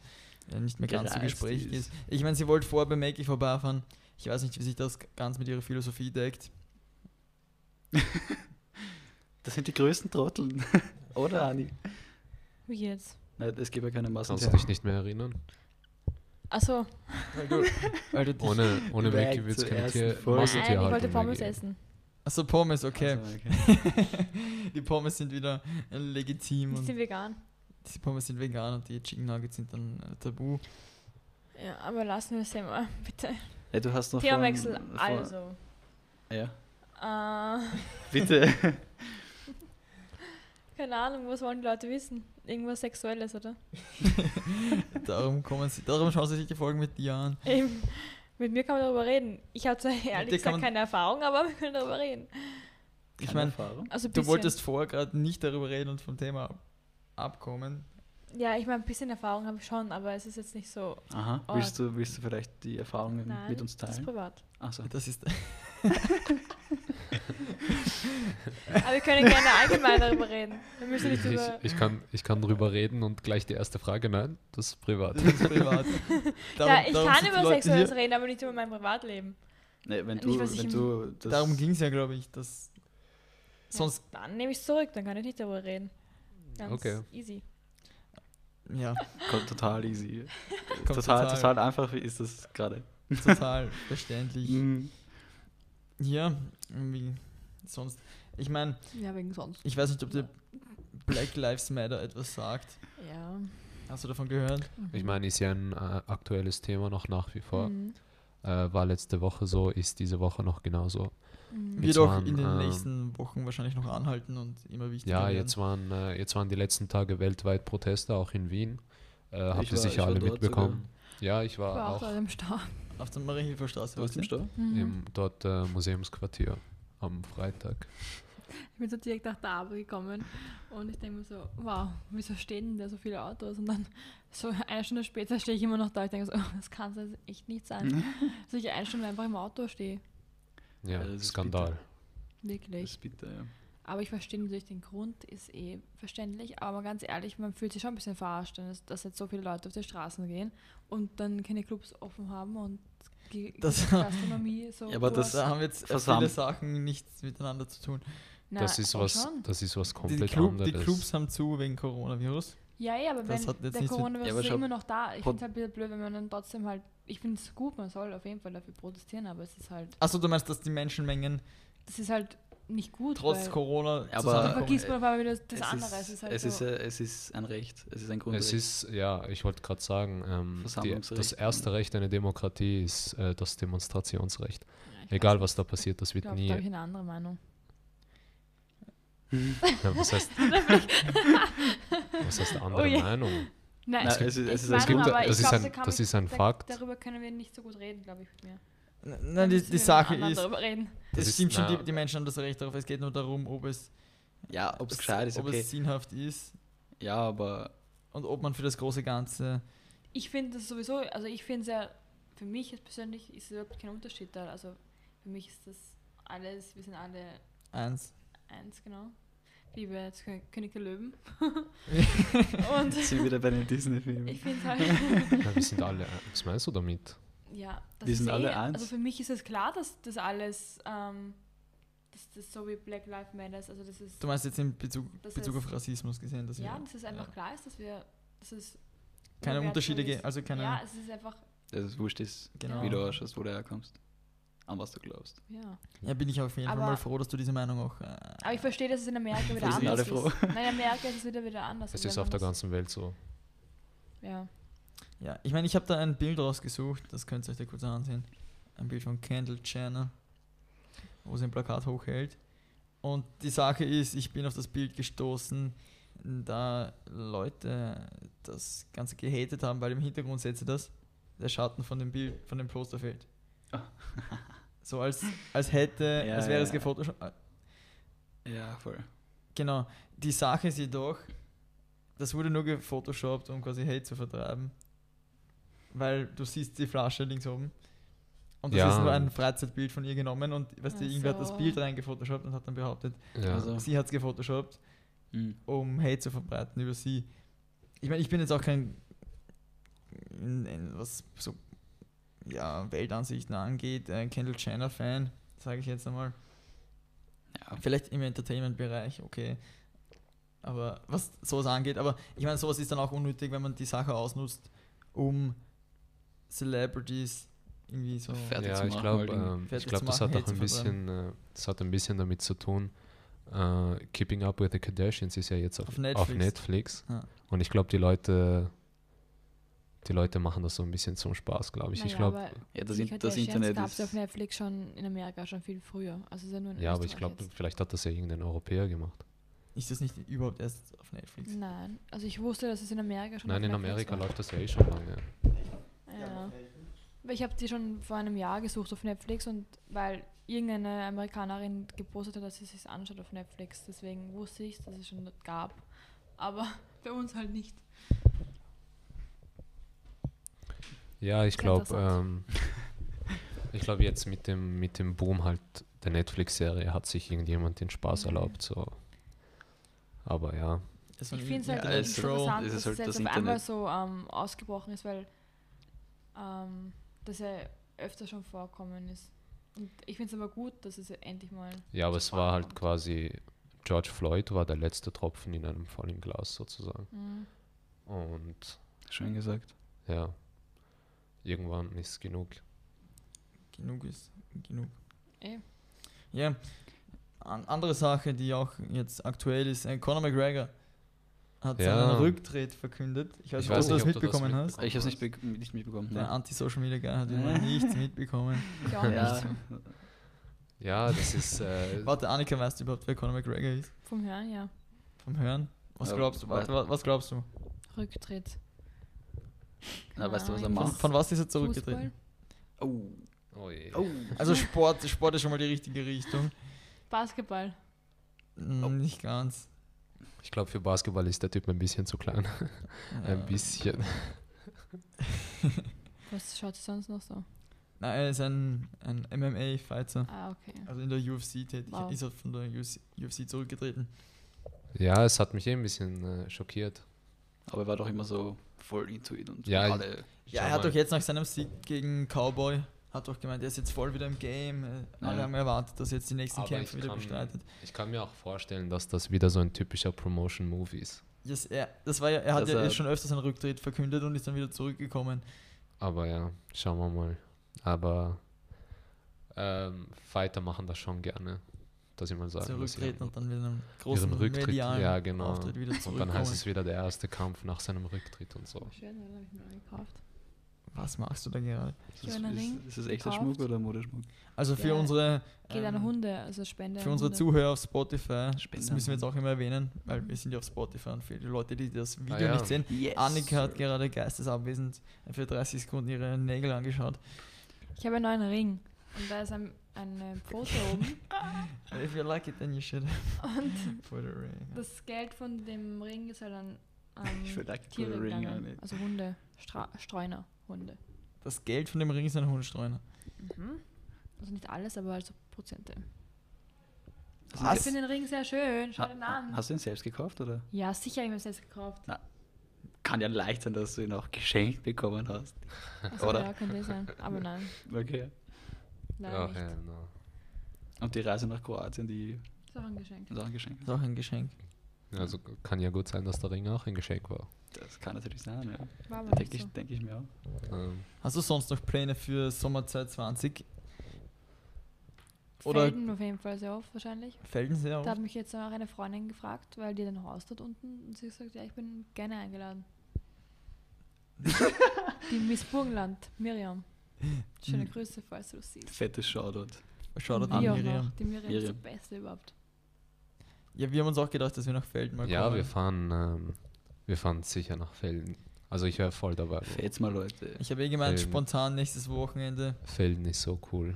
Speaker 1: äh, nicht mehr ganz so
Speaker 2: Gereizt
Speaker 1: gesprächig
Speaker 2: ist.
Speaker 1: ist. Ich meine, sie wollte vorher bei Maggie vorbeifahren. Ich weiß nicht, wie sich das ganz mit ihrer Philosophie deckt.
Speaker 2: Das sind die größten Trotteln. oder, Ani?
Speaker 4: Wie jetzt?
Speaker 2: Nein, es gibt ja keine Massen.
Speaker 3: Kannst du dich nicht mehr erinnern?
Speaker 4: Achso,
Speaker 1: Weil du, weil du dich,
Speaker 3: Ohne, ohne
Speaker 2: Back
Speaker 3: Mickey wird es
Speaker 2: zur
Speaker 3: kein
Speaker 2: ersten
Speaker 3: Tier.
Speaker 2: Folge.
Speaker 4: nein,
Speaker 2: Hast du
Speaker 3: Massentierhaltung
Speaker 4: ich wollte
Speaker 3: mehr
Speaker 4: Pommes
Speaker 3: geben.
Speaker 4: essen.
Speaker 1: achso, Pommes, okay.
Speaker 2: Also, okay.
Speaker 1: die Pommes sind wieder äh, legitim
Speaker 4: Ist
Speaker 1: und
Speaker 4: die vegan?
Speaker 1: die Pommes sind vegan und die Chicken Nuggets sind dann äh, tabu.
Speaker 4: Ja, aber lassen wir es ja mal, bitte.
Speaker 2: Ja, du hast noch
Speaker 4: Themawechsel,
Speaker 2: von- von-
Speaker 4: also.
Speaker 2: Ja,
Speaker 4: Äh,
Speaker 2: bitte.
Speaker 4: keine Ahnung, was wollen die Leute wissen? Irgendwas Sexuelles, oder?
Speaker 1: Darum kommen sie, darum schauen sie sich die Folgen mit dir an.
Speaker 4: Eben. Mit mir kann man darüber reden. Ich habe zwar ehrlich
Speaker 1: dir kann
Speaker 4: gesagt
Speaker 1: man-
Speaker 4: keine Erfahrung, aber wir können darüber reden.
Speaker 1: Ich
Speaker 2: Keine
Speaker 1: meine,
Speaker 2: Erfahrung.
Speaker 4: Also ein
Speaker 1: du
Speaker 4: bisschen.
Speaker 1: wolltest vorher gerade nicht darüber reden und vom Thema ab- abkommen.
Speaker 4: Ja, ich meine, ein bisschen Erfahrung habe ich schon, aber es ist jetzt nicht so.
Speaker 2: Aha.
Speaker 4: Oh.
Speaker 2: Willst, du, willst du vielleicht die Erfahrungen
Speaker 4: Nein,
Speaker 2: mit uns
Speaker 4: das ist
Speaker 2: teilen?
Speaker 4: privat.
Speaker 2: Achso.
Speaker 1: Das ist
Speaker 4: Aber wir können gerne allgemein darüber reden. Wir müssen nicht
Speaker 3: Ich,
Speaker 4: über.
Speaker 3: ich, kann, ich kann drüber reden und gleich die erste Frage, nein, das ist privat.
Speaker 1: Das ist privat. Darum-
Speaker 4: ja, ich
Speaker 1: darum
Speaker 4: kann
Speaker 1: sind die
Speaker 4: über
Speaker 1: Leute
Speaker 4: Sexuelles
Speaker 1: hier-
Speaker 4: reden, aber nicht über mein Privatleben.
Speaker 2: Nee, wenn
Speaker 4: Nicht,
Speaker 2: du,
Speaker 4: was ich
Speaker 2: wenn
Speaker 4: im-
Speaker 2: du das
Speaker 1: Darum ging es ja, glaube ich. Dass sonst,
Speaker 4: Ja, dann nehme ich es zurück, dann kann ich nicht darüber reden. Ganz
Speaker 3: Okay.
Speaker 4: easy.
Speaker 1: ja,
Speaker 2: kommt total easy.
Speaker 1: kommt
Speaker 2: total, total, einfach ist das gerade.
Speaker 1: total, verständlich.
Speaker 2: Mhm.
Speaker 1: Ja, irgendwie sonst. Ich meine,
Speaker 5: Ja, wegen sonst.
Speaker 1: ich weiß nicht, ob der Black Lives Matter etwas sagt.
Speaker 5: Ja.
Speaker 1: Hast du davon gehört?
Speaker 3: Ich meine, ist ja ein äh, aktuelles Thema noch nach wie vor.
Speaker 5: Mhm.
Speaker 3: Äh, war letzte Woche so, ist diese Woche noch genauso.
Speaker 5: Mhm.
Speaker 1: Wird auch
Speaker 3: waren,
Speaker 1: in den
Speaker 3: ähm,
Speaker 1: nächsten Wochen wahrscheinlich noch anhalten und immer wichtiger
Speaker 3: Ja,
Speaker 1: werden.
Speaker 3: jetzt waren, äh, jetzt waren die letzten Tage weltweit Proteste, auch in Wien. Äh, habt
Speaker 2: Ich
Speaker 3: ihr
Speaker 2: war- ich
Speaker 3: sicher
Speaker 2: war
Speaker 3: alle
Speaker 2: dort
Speaker 3: mitbekommen. Ja, ich war,
Speaker 5: Ich war auch
Speaker 3: auch
Speaker 5: da im Stau.
Speaker 1: Auf der Marienhilfer Straße.
Speaker 2: Du warst im Stau?
Speaker 4: Mhm.
Speaker 5: Mhm.
Speaker 3: im dort äh, Museumsquartier am Freitag.
Speaker 5: Ich bin so direkt nach der Arbeit gekommen und ich denke mir so, wow, wieso stehen denn da so viele Autos? Und dann so eine Stunde später stehe ich immer noch da. Ich denke so, oh, das kann es echt nicht
Speaker 1: Mhm.
Speaker 5: sein, dass ich eine Stunde einfach im Auto stehe.
Speaker 3: Ja,
Speaker 2: Ja, das ist
Speaker 3: Skandal.
Speaker 2: Das
Speaker 5: Wirklich.
Speaker 2: ist bitter, ja.
Speaker 5: Aber ich verstehe natürlich den Grund, ist eh verständlich, aber ganz ehrlich, man fühlt sich schon ein bisschen verarscht, wenn es- dass jetzt so viele Leute auf die Straßen gehen und dann keine Clubs offen haben und die
Speaker 1: Das-
Speaker 5: Gastronomie so.
Speaker 2: Ja, aber das-
Speaker 1: Da haben jetzt
Speaker 2: Versamm-
Speaker 1: viele Sachen nichts miteinander zu tun.
Speaker 5: Na,
Speaker 3: das, ist
Speaker 5: oh,
Speaker 3: was,
Speaker 5: schon.
Speaker 3: das ist was
Speaker 1: Die,
Speaker 3: komplett
Speaker 1: Club, die
Speaker 3: anderes.
Speaker 1: Clubs haben zu wegen Coronavirus.
Speaker 5: Ja, ja, aber
Speaker 1: Das
Speaker 5: wenn
Speaker 1: hat jetzt
Speaker 5: der
Speaker 1: nichts mit-
Speaker 5: Coronavirus
Speaker 2: Ja, aber
Speaker 5: ist ja
Speaker 2: schau-
Speaker 5: immer noch da. Ich
Speaker 2: Pro-
Speaker 5: finde es halt ein bisschen blöd, wenn man dann trotzdem halt. Ich finde es gut, man soll auf jeden Fall dafür protestieren, aber es ist halt.
Speaker 1: Achso, du meinst, dass die Menschenmengen
Speaker 5: Das ist halt nicht gut.
Speaker 1: trotz
Speaker 5: weil
Speaker 1: Corona
Speaker 2: Aber-
Speaker 5: Dann
Speaker 2: Corona-
Speaker 1: zusammenkommen?
Speaker 5: vergisst man auf einmal wieder das, das
Speaker 2: Es
Speaker 5: andere.
Speaker 2: Ist,
Speaker 5: es ist halt
Speaker 2: es,
Speaker 5: so.
Speaker 2: ist, äh, es ist ein Recht. Es ist ein Grundrecht.
Speaker 3: Es ist, ja, ich wollte gerade sagen, ähm, die,
Speaker 2: Versammlungsrecht.
Speaker 3: das erste Recht einer Demokratie ist äh, das Demonstrationsrecht.
Speaker 5: Ja, ich
Speaker 3: Egal
Speaker 5: weiß
Speaker 3: was da passiert, das
Speaker 5: nicht.
Speaker 3: wird
Speaker 5: Ich glaube,
Speaker 3: nie.
Speaker 5: da habe ich eine andere Meinung.
Speaker 3: Ja, was, heißt, was heißt andere
Speaker 5: Oh je.
Speaker 3: Meinung?
Speaker 5: Nein,
Speaker 2: Nein, es ist- es
Speaker 5: ich
Speaker 2: ist-
Speaker 5: meine
Speaker 2: es gibt-
Speaker 5: aber,
Speaker 3: das
Speaker 5: ich
Speaker 3: ist
Speaker 5: glaub,
Speaker 3: ein-
Speaker 5: da kann
Speaker 3: das
Speaker 5: man-
Speaker 3: ist ein
Speaker 5: da-
Speaker 3: Fakt.
Speaker 5: Darüber können wir nicht so gut reden, glaube ich, mit mir.
Speaker 1: N-
Speaker 5: Da
Speaker 1: Nein, die,
Speaker 5: müssen wir
Speaker 1: die
Speaker 5: mit
Speaker 1: Sache
Speaker 5: anderen
Speaker 1: ist,
Speaker 5: Darüber reden.
Speaker 1: das
Speaker 3: ist-
Speaker 1: stimmt schon,
Speaker 3: na-
Speaker 1: die, die Menschen haben das Recht darauf. Es geht nur darum, ob es,
Speaker 2: ja, ob es gescheit ist,
Speaker 1: ob
Speaker 2: okay.
Speaker 1: es sinnhaft ist
Speaker 2: ja, aber
Speaker 1: und ob man für das große Ganze.
Speaker 5: Ich finde das sowieso, also ich finde es ja, für mich jetzt persönlich ist überhaupt kein Unterschied da. Also für mich ist das alles, wir sind alle
Speaker 1: Eins.
Speaker 5: Eins, genau. Wie bei jetzt Kö- König der Löwen.
Speaker 4: Und
Speaker 2: sind wir wieder bei den Disney-Filmen.
Speaker 5: Ich finde halt,
Speaker 3: Ja, wir sind alle. äh, Was meinst du damit?
Speaker 5: ja, das
Speaker 2: Wir
Speaker 5: ist
Speaker 2: sind alle
Speaker 5: eh,
Speaker 2: eins.
Speaker 5: Also für mich ist es klar, dass das alles, ähm, dass das so wie Black Lives Matters, also das ist,
Speaker 1: Du meinst jetzt in Bezug,
Speaker 5: Das
Speaker 1: Bezug
Speaker 5: heißt-
Speaker 1: auf Rassismus gesehen, dass
Speaker 5: ja,
Speaker 1: wir
Speaker 5: dass es einfach klar ist, dass wir, dass es
Speaker 1: keine
Speaker 5: wertvoll
Speaker 1: Unterschiede
Speaker 5: ist.
Speaker 1: geben. Also keine.
Speaker 5: Ja, es ist einfach,
Speaker 2: Dass es wurscht ist,
Speaker 1: genau.
Speaker 2: wie du ausschaust, wo du herkommst. An was du glaubst.
Speaker 5: ja.
Speaker 1: Ja, bin ich auf jeden Fall
Speaker 5: Aber-
Speaker 1: mal froh, dass du diese Meinung auch. Äh,
Speaker 5: Aber ich verstehe, dass es in Amerika wieder
Speaker 2: Wir sind
Speaker 5: anders
Speaker 2: alle froh.
Speaker 5: ist. Nein, in Amerika ist es wieder wieder anders.
Speaker 3: Es
Speaker 5: und
Speaker 3: ist
Speaker 5: wenn
Speaker 3: auf der
Speaker 5: man
Speaker 3: ganzen Welt so.
Speaker 5: das- Ja.
Speaker 1: ja, ich meine, ich habe da ein Bild rausgesucht, das könnt ihr euch da kurz ansehen. ein Bild von Kendall Jenner, wo sie ein Plakat hochhält. Und die Sache ist, ich bin auf das Bild gestoßen, da Leute das Ganze gehatet haben, weil im Hintergrund seht ihr das, der Schatten von dem Bild, von dem Poster fehlt. So als, als hätte,
Speaker 2: Ah. Ja,
Speaker 1: als wäre
Speaker 2: ja,
Speaker 1: das
Speaker 2: ja.
Speaker 1: gefotoshoppt.
Speaker 2: Ja, voll.
Speaker 1: Genau. Die Sache ist jedoch, das wurde nur gefotoshoppt, um quasi Hate zu vertreiben. Weil du siehst die Flasche links oben. Und das
Speaker 3: Ja.
Speaker 1: ist nur ein Freizeitbild von ihr genommen und weißt du,
Speaker 4: Ach
Speaker 1: irgendwer hat
Speaker 4: so.
Speaker 1: das Bild reingefotoshoppt und hat dann behauptet,
Speaker 3: Ja.
Speaker 2: Also-
Speaker 1: sie hat es gefotoshoppt,
Speaker 2: Mhm.
Speaker 1: um Hate zu verbreiten über sie. Ich meine, ich bin jetzt auch kein in- in was so ja, Weltansichten angeht, äh, Kendall Jenner Fan, sage ich jetzt einmal.
Speaker 2: Ja.
Speaker 1: Vielleicht im Entertainment-Bereich, okay. Aber was sowas angeht, aber ich meine, sowas ist dann auch unnötig, wenn man die Sache ausnutzt, um Celebrities irgendwie so.
Speaker 2: Fertig
Speaker 3: Ja,
Speaker 2: zu
Speaker 3: ich
Speaker 2: machen,
Speaker 3: glaube,
Speaker 2: halt irgendwie.
Speaker 3: ähm, ich
Speaker 1: Fertig
Speaker 3: glaub,
Speaker 1: zu
Speaker 3: das
Speaker 1: machen,
Speaker 3: hat auch
Speaker 1: Hate
Speaker 3: ein
Speaker 1: zu verbreiten.
Speaker 3: bisschen, äh, das hat ein bisschen damit zu tun. Äh, Keeping Up with the Kardashians ist ja jetzt auf,
Speaker 1: Auf
Speaker 3: auf
Speaker 1: Netflix.
Speaker 3: Netflix.
Speaker 1: Ja.
Speaker 3: Und ich glaube, die Leute, die Leute machen das so ein bisschen zum Spaß, glaube ich. ich glaube,
Speaker 2: Ja, das, in, das Internet
Speaker 4: gab es auf
Speaker 2: ist.
Speaker 4: Netflix schon in Amerika schon viel früher. Also es ist ja nur in
Speaker 3: ja, aber ich
Speaker 4: Österreich
Speaker 3: glaube,
Speaker 4: jetzt.
Speaker 3: vielleicht hat das ja irgendein Europäer gemacht.
Speaker 1: Ist das nicht überhaupt erst auf Netflix?
Speaker 4: Nein, also ich wusste, dass es in Amerika schon
Speaker 3: Nein,
Speaker 4: auf
Speaker 3: in
Speaker 4: Netflix
Speaker 3: Amerika
Speaker 4: war.
Speaker 3: läuft das ja eh schon lange.
Speaker 4: Ja. Weil ich habe die schon vor einem Jahr gesucht auf Netflix und weil irgendeine Amerikanerin gepostet hat, dass sie es sich anschaut auf Netflix. Deswegen wusste ich, dass es schon dort gab. Aber bei uns halt nicht.
Speaker 3: Ja, ich
Speaker 4: Sehr
Speaker 3: glaube, ähm,
Speaker 4: interessant.
Speaker 3: ich glaube jetzt mit dem mit dem Boom halt der Netflix-Serie hat sich irgendjemand den Spaß
Speaker 4: Mhm.
Speaker 3: erlaubt. So, aber ja,
Speaker 1: Das war
Speaker 4: Ich
Speaker 1: ein-
Speaker 4: finde es halt
Speaker 2: Ja,
Speaker 4: irgendwie
Speaker 2: es-
Speaker 4: interessant,
Speaker 2: es
Speaker 4: dass
Speaker 2: ist
Speaker 4: es
Speaker 2: halt
Speaker 4: jetzt auf
Speaker 2: das
Speaker 4: einmal
Speaker 2: Internet.
Speaker 4: so ähm, ausgebrochen ist, weil ähm, das ja öfter schon vorkommen ist. Und ich finde es aber gut, dass es ja endlich mal.
Speaker 3: ja, aber
Speaker 4: zur
Speaker 3: es
Speaker 4: Sprache
Speaker 3: war halt
Speaker 4: kommt.
Speaker 3: quasi George Floyd war der letzte Tropfen in einem vollen Glas sozusagen.
Speaker 4: Mhm.
Speaker 3: Und
Speaker 2: Schön gesagt.
Speaker 3: ja, irgendwann ist genug.
Speaker 1: genug ist genug.
Speaker 4: Eh.
Speaker 1: Ja. An, andere Sache, die auch jetzt aktuell ist, äh, Conor McGregor hat
Speaker 3: Ja.
Speaker 1: seinen Rücktritt verkündet. Ich weiß nicht,
Speaker 3: Ich
Speaker 1: ob
Speaker 3: weiß
Speaker 1: du das
Speaker 3: nicht, ob du das Mhm.
Speaker 1: mitbekommen hast.
Speaker 2: Ich habe es nicht, be nicht mitbekommen.
Speaker 1: Der
Speaker 2: ne?
Speaker 1: Anti-Social Media Guy hat immer nichts mitbekommen.
Speaker 4: Ich auch
Speaker 2: Ja.
Speaker 4: nicht.
Speaker 3: Ja, das ist äh,
Speaker 1: Warte, Annika, weißt du überhaupt, wer Conor McGregor ist?
Speaker 4: Vom Hören, ja.
Speaker 1: Vom Hören? Was
Speaker 2: Ja,
Speaker 1: glaubst du?
Speaker 2: weiß-
Speaker 1: Warte, wa- was glaubst du?
Speaker 4: Rücktritt.
Speaker 2: Na, weißt du, was er
Speaker 4: Keine
Speaker 1: Von,
Speaker 4: Ahnung.
Speaker 2: macht?
Speaker 1: von was ist er
Speaker 4: Fußball?
Speaker 1: zurückgetreten?
Speaker 2: Oh,
Speaker 3: oh je.
Speaker 2: oh.
Speaker 1: Also Sport, Sport ist schon mal die richtige Richtung.
Speaker 4: Basketball.
Speaker 1: Hm, Nicht ganz.
Speaker 3: ich glaube für Basketball ist der Typ ein bisschen zu klein,
Speaker 1: Äh,
Speaker 3: ein bisschen.
Speaker 4: Was schaut sie sonst noch so?
Speaker 1: Nein, er ist ein, ein MMA-Fighter.
Speaker 4: Ah, okay.
Speaker 1: Also in der UFC tätig.
Speaker 4: Wow.
Speaker 1: Ist er von der UFC, UFC zurückgetreten.
Speaker 3: Ja, es hat mich eh ein bisschen äh, schockiert.
Speaker 2: Aber er war doch immer so voll into it und
Speaker 3: Ja,
Speaker 2: alle.
Speaker 1: Ja,
Speaker 3: Schau
Speaker 1: er hat
Speaker 3: mal.
Speaker 1: doch jetzt nach seinem Sieg gegen Cowboy, hat doch gemeint, er ist jetzt voll wieder im Game. Äh, Alle
Speaker 2: Ja.
Speaker 1: haben erwartet, dass er jetzt die nächsten
Speaker 3: Aber
Speaker 1: Kämpfe
Speaker 3: ich
Speaker 1: wieder
Speaker 3: kann-
Speaker 1: bestreitet.
Speaker 3: Ich kann mir auch vorstellen, dass das wieder so ein typischer Promotion-Movie ist.
Speaker 1: Yes, er, das war ja, er hat
Speaker 3: Also
Speaker 2: Dass
Speaker 1: ja eh
Speaker 2: er-
Speaker 1: schon öfter seinen Rücktritt verkündet und ist dann wieder zurückgekommen.
Speaker 3: Aber ja, schauen wir mal. Aber ähm, Fighter machen das schon gerne, dass ich mal sagen dass sie
Speaker 1: Zurücktreten
Speaker 3: ihren-
Speaker 1: und dann wieder einen großen
Speaker 3: ihren Rücktritt,
Speaker 1: medialen
Speaker 3: ja genau.
Speaker 1: Auftritt wieder
Speaker 3: Und dann heißt es
Speaker 1: zurückkommen.
Speaker 3: wieder der erste Kampf nach seinem Rücktritt und so.
Speaker 4: Schön, dann habe ich mir gekauft.
Speaker 1: Was machst du da gerade?
Speaker 2: Ist,
Speaker 4: Schöner
Speaker 2: ist,
Speaker 4: Ring,
Speaker 2: ist, ist das echter
Speaker 4: gekauft.
Speaker 2: Schmuck oder Modeschmuck?
Speaker 1: Also für
Speaker 4: Ja,
Speaker 1: unsere
Speaker 4: Geht an Hunde, also Spende.
Speaker 1: Ähm, für
Speaker 4: an
Speaker 1: unsere
Speaker 4: Hunde.
Speaker 1: Zuhörer auf Spotify, das
Speaker 2: Spender.
Speaker 1: müssen wir jetzt auch immer erwähnen, weil wir sind ja auf Spotify und für die Leute, die das Video
Speaker 3: Ah ja.
Speaker 1: nicht sehen,
Speaker 2: Yes.
Speaker 1: Annika hat gerade geistesabwesend für 30 Sekunden ihre Nägel angeschaut.
Speaker 4: Ich habe einen neuen Ring. Und da ist ein, eine Pfote oben.
Speaker 1: If you like it, then you should.
Speaker 4: Und
Speaker 1: For the ring.
Speaker 4: das Geld von dem Ring ist halt an
Speaker 2: Ich
Speaker 4: ähm,
Speaker 2: verlag
Speaker 4: Tiere
Speaker 2: Ring an.
Speaker 4: gegangen.
Speaker 2: ey.
Speaker 4: Also Hunde, Stra Streuner, Hunde.
Speaker 1: Das Geld von dem Ring ist ein Hundestreuner.
Speaker 4: Mhm. Also nicht alles, aber also Prozente.
Speaker 2: Hast du
Speaker 1: Was?
Speaker 4: Ich finde den Ring sehr schön. Schau
Speaker 2: Ha-
Speaker 4: den an.
Speaker 2: Hast du ihn selbst gekauft oder?
Speaker 4: Ja, sicher, ich habe es selbst gekauft.
Speaker 2: Kann ja leicht sein, dass du ihn auch geschenkt bekommen hast.
Speaker 4: Also,
Speaker 2: Oder?
Speaker 4: Ja, könnte sein. Aber nein,
Speaker 2: Okay.
Speaker 4: leider
Speaker 3: Ja,
Speaker 4: nicht.
Speaker 3: ja, genau.
Speaker 2: Und die Reise nach Kroatien, die
Speaker 4: Ist auch ein Geschenk.
Speaker 2: ist auch ein Geschenk.
Speaker 1: Das ist auch ein Geschenk.
Speaker 3: Also kann ja gut sein, dass der Ring auch ein Geschenk war.
Speaker 2: Das kann natürlich sein, ja.
Speaker 4: War aber
Speaker 2: Denke
Speaker 4: nicht
Speaker 2: ich,
Speaker 4: so.
Speaker 2: denk ich mir auch.
Speaker 3: Ähm,
Speaker 1: Hast du sonst noch Pläne für Sommer 2020? Oder-
Speaker 4: Felden auf jeden Fall sehr oft wahrscheinlich.
Speaker 1: Felden sehr
Speaker 4: Da hat
Speaker 1: auf?
Speaker 4: mich jetzt auch eine Freundin gefragt, weil die hat ein Haus dort unten und sie hat gesagt, ja, ich bin gerne eingeladen. die Miss Burgenland, Miriam. Schöne Grüße, falls du das siehst.
Speaker 2: Fettes Shoutout.
Speaker 1: Schaut
Speaker 4: Und
Speaker 1: Hm. an
Speaker 4: wie auch
Speaker 1: Miriam.
Speaker 4: noch, Die Miriam, ist
Speaker 2: Miriam.
Speaker 4: die Beste überhaupt.
Speaker 1: Ja, wir haben uns auch gedacht, dass wir nach Feld mal
Speaker 3: Ja,
Speaker 1: kommen.
Speaker 3: wir fahren, ähm, wir fahren sicher nach Felden. Also ich wäre voll dabei.
Speaker 2: Fetz mal, Leute.
Speaker 1: ich habe eh gemeint,
Speaker 3: Felden.
Speaker 1: spontan nächstes Wochenende.
Speaker 3: Felden ist so cool.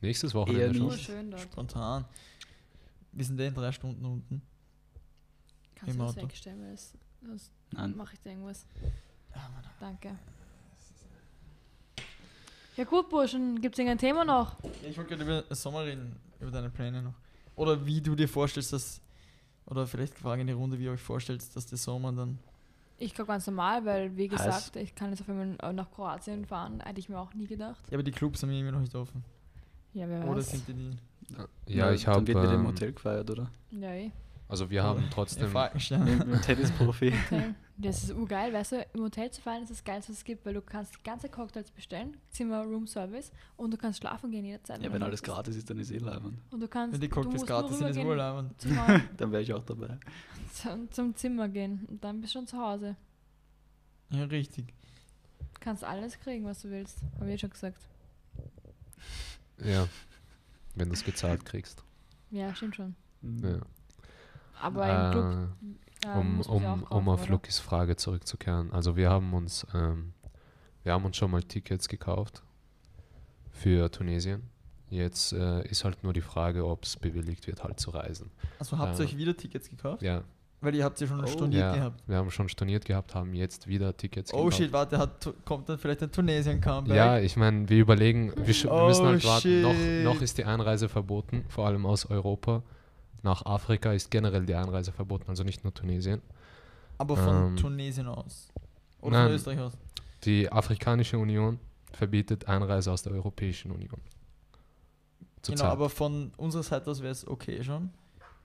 Speaker 3: Nächstes Wochenende
Speaker 2: nicht.
Speaker 3: schon.
Speaker 4: Wunderschön dort.
Speaker 1: Spontan. Wir sind eh in drei Stunden unten.
Speaker 4: Kannst
Speaker 1: Im
Speaker 4: du das
Speaker 1: Auto.
Speaker 4: wegstellen, weil das- sonst
Speaker 2: Nein.
Speaker 4: mache ich da irgendwas.
Speaker 1: Ja, Ah, Mann.
Speaker 4: Danke. Ja gut, Burschen, gibt's irgendein Thema noch?
Speaker 1: Ja, Ich wollte gerade über den Sommer reden, über deine Pläne noch. Oder wie du dir vorstellst, dass. Oder vielleicht Frage in die Runde, wie ihr euch vorstellt, dass der Sommer dann.
Speaker 4: Ich glaube ganz normal, weil wie
Speaker 2: Heiß.
Speaker 4: gesagt, ich kann jetzt auf einmal äh, nach Kroatien fahren. Hätte ich mir auch nie gedacht.
Speaker 1: Ja, aber die Clubs haben irgendwie noch nicht offen.
Speaker 4: Ja, wer
Speaker 1: Oder
Speaker 4: weiß.
Speaker 1: sind die die?
Speaker 3: Ja, ich
Speaker 2: Dann
Speaker 3: habe.
Speaker 2: wird mit dem
Speaker 3: Ähm,
Speaker 2: Hotel gefeiert, oder?
Speaker 4: Ja, eh.
Speaker 3: also wir haben
Speaker 1: Ja,
Speaker 3: trotzdem.
Speaker 1: Falkenstein.
Speaker 2: Mit dem Tennisprofi.
Speaker 4: Hotel. Das ist urgeil, weißt du, im Hotel zu fahren ist das Geilste, was es gibt, weil du kannst die ganze Cocktails bestellen, Zimmer, Room Service und du kannst schlafen gehen jederzeit.
Speaker 2: Ja,
Speaker 4: du
Speaker 2: wenn alles
Speaker 4: möchtest.
Speaker 2: gratis ist, dann ist eh leibend.
Speaker 4: Und du kannst
Speaker 1: Wenn die
Speaker 4: du
Speaker 1: Cocktails
Speaker 4: musst
Speaker 1: gratis
Speaker 4: nur
Speaker 1: sind, ist
Speaker 4: rübergehen
Speaker 1: wohl Abend.
Speaker 4: Zum, Haus-
Speaker 2: Dann wäre ich auch dabei.
Speaker 4: zum, zum Zimmer gehen und dann bist du schon zu Hause.
Speaker 1: Ja, richtig.
Speaker 4: Du kannst alles kriegen, was du willst, habe ich eh schon gesagt.
Speaker 3: Ja. Wenn du es gezahlt kriegst.
Speaker 4: Ja, stimmt schon.
Speaker 3: Ja.
Speaker 4: Aber im Club
Speaker 3: Äh,
Speaker 4: äh,
Speaker 3: um,
Speaker 4: muss man sie auch
Speaker 3: um,
Speaker 4: kaufen,
Speaker 3: um auf
Speaker 4: oder?
Speaker 3: Lukis Frage zurückzukehren. Also wir haben uns, ähm, wir haben uns schon mal Tickets gekauft für Tunesien. Jetzt äh, ist halt nur die Frage, ob es bewilligt wird, halt zu reisen.
Speaker 1: Also habt ihr
Speaker 3: Ja.
Speaker 1: euch wieder Tickets gekauft?
Speaker 3: Ja,
Speaker 1: Weil ihr habt sie schon
Speaker 2: Oh.
Speaker 1: storniert
Speaker 3: ja
Speaker 1: gehabt.
Speaker 3: wir haben schon storniert gehabt, haben jetzt wieder Tickets
Speaker 1: Oh shit, warte, hat, kommt dann vielleicht ein Tunesien-Comeback?
Speaker 3: Ja, ich meine, wir überlegen, wir, sch- wir müssen
Speaker 1: Oh,
Speaker 3: halt warten.
Speaker 1: shit.
Speaker 3: Noch, noch ist die Einreise verboten, vor allem aus Europa. Nach Afrika ist generell die Einreise verboten, also nicht nur Tunesien.
Speaker 1: Aber von
Speaker 3: Ähm,
Speaker 1: Tunesien aus. Oder
Speaker 3: nein.
Speaker 1: von Österreich aus.
Speaker 3: Die Afrikanische Union verbietet Einreise aus der Europäischen Union.
Speaker 1: genau, aber von unserer Seite aus wäre es okay schon.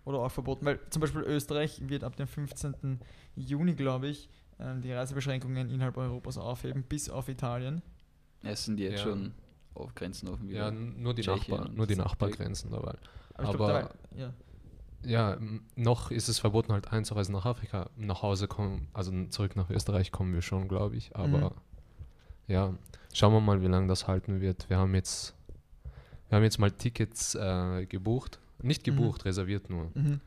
Speaker 1: Oder auch verboten. Weil zum Beispiel Österreich wird ab dem 15. Juni, glaube ich, ähm, die Reisebeschränkungen innerhalb Europas aufheben, bis auf Italien.
Speaker 2: Es sind jetzt
Speaker 3: Ja.
Speaker 2: schon auf Grenzen offen
Speaker 3: ja,
Speaker 2: wieder.
Speaker 3: n- nur die,
Speaker 2: Tschechien
Speaker 3: Nachbar,
Speaker 2: und
Speaker 3: nur die
Speaker 2: so.
Speaker 3: Nachbargrenzen dabei.
Speaker 1: ich glaub,
Speaker 3: Aber-
Speaker 1: da- ja.
Speaker 3: Ja, m- noch ist es verboten, halt einzureisen nach Afrika. Nach Hause kommen, also n- zurück nach Österreich kommen wir schon, glaube ich. Aber
Speaker 1: Mhm.
Speaker 3: ja, schauen wir mal, wie lange das halten wird. Wir haben jetzt, wir haben jetzt mal Tickets äh, gebucht. Nicht
Speaker 1: Mhm.
Speaker 3: gebucht, reserviert nur.
Speaker 1: Mhm.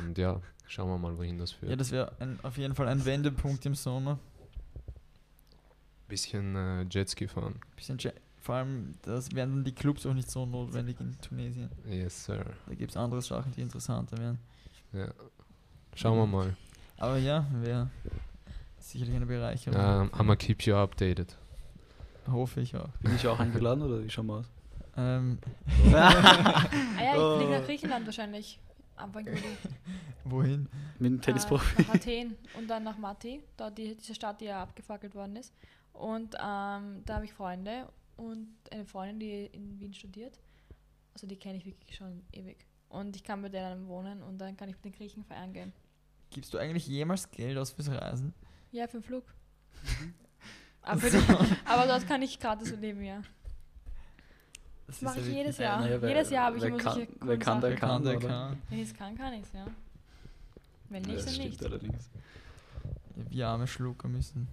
Speaker 3: Und ja, schauen wir mal, wohin das führt.
Speaker 1: ja, das wäre ein- auf jeden Fall ein Wendepunkt im Sommer.
Speaker 3: Bisschen äh, Jetski fahren.
Speaker 1: Bisschen Jet- Vor allem, das wären dann die Clubs auch nicht so notwendig in Tunesien.
Speaker 3: Yes, sir.
Speaker 1: Da gibt es andere Sachen, die interessanter wären.
Speaker 3: Ja. Schauen
Speaker 1: Mhm.
Speaker 3: wir mal.
Speaker 1: Aber ja, wäre sicherlich eine Bereicherung.
Speaker 3: Ähm, I'ma keep you updated.
Speaker 1: Hoffe ich auch.
Speaker 2: Bin ich auch eingeladen oder wie schauen wir aus?
Speaker 1: Ähm,
Speaker 4: Ah ja, ich fliege
Speaker 2: Oh.
Speaker 4: nach Griechenland wahrscheinlich. Anfang Juli.
Speaker 1: wohin?
Speaker 2: Mit dem Tennisprofi.
Speaker 4: Äh, nach Athen und dann nach Mati, da die, diese Stadt, die ja abgefackelt worden ist. Und ähm, da habe ich Freunde und eine Freundin, die in Wien studiert. Also die kenne ich wirklich schon ewig. Und ich kann bei denen wohnen und dann kann ich mit den Griechen feiern gehen.
Speaker 1: Gibst du eigentlich jemals Geld aus fürs Reisen?
Speaker 4: Ja, für den Flug. aber, für
Speaker 2: Also.
Speaker 4: die, aber dort kann ich gratis leben, ja.
Speaker 1: Das
Speaker 4: Mach
Speaker 1: ist
Speaker 4: ich
Speaker 1: ja
Speaker 4: jedes
Speaker 2: Ja,
Speaker 4: Jahr.
Speaker 2: naja, wer-
Speaker 4: jedes Jahr habe ich
Speaker 2: wer
Speaker 4: immer
Speaker 2: kann-
Speaker 4: solche
Speaker 2: wer
Speaker 4: coolen
Speaker 2: kann, der
Speaker 4: Sachen.
Speaker 1: Kann, der
Speaker 2: oder?
Speaker 1: kann.
Speaker 4: Wenn ich es kann, kann ich es, ja. Wenn
Speaker 2: Ja,
Speaker 4: nicht,
Speaker 2: das
Speaker 4: dann
Speaker 2: stimmt
Speaker 4: nicht.
Speaker 2: allerdings.
Speaker 1: Wir arme Schlucker müssen.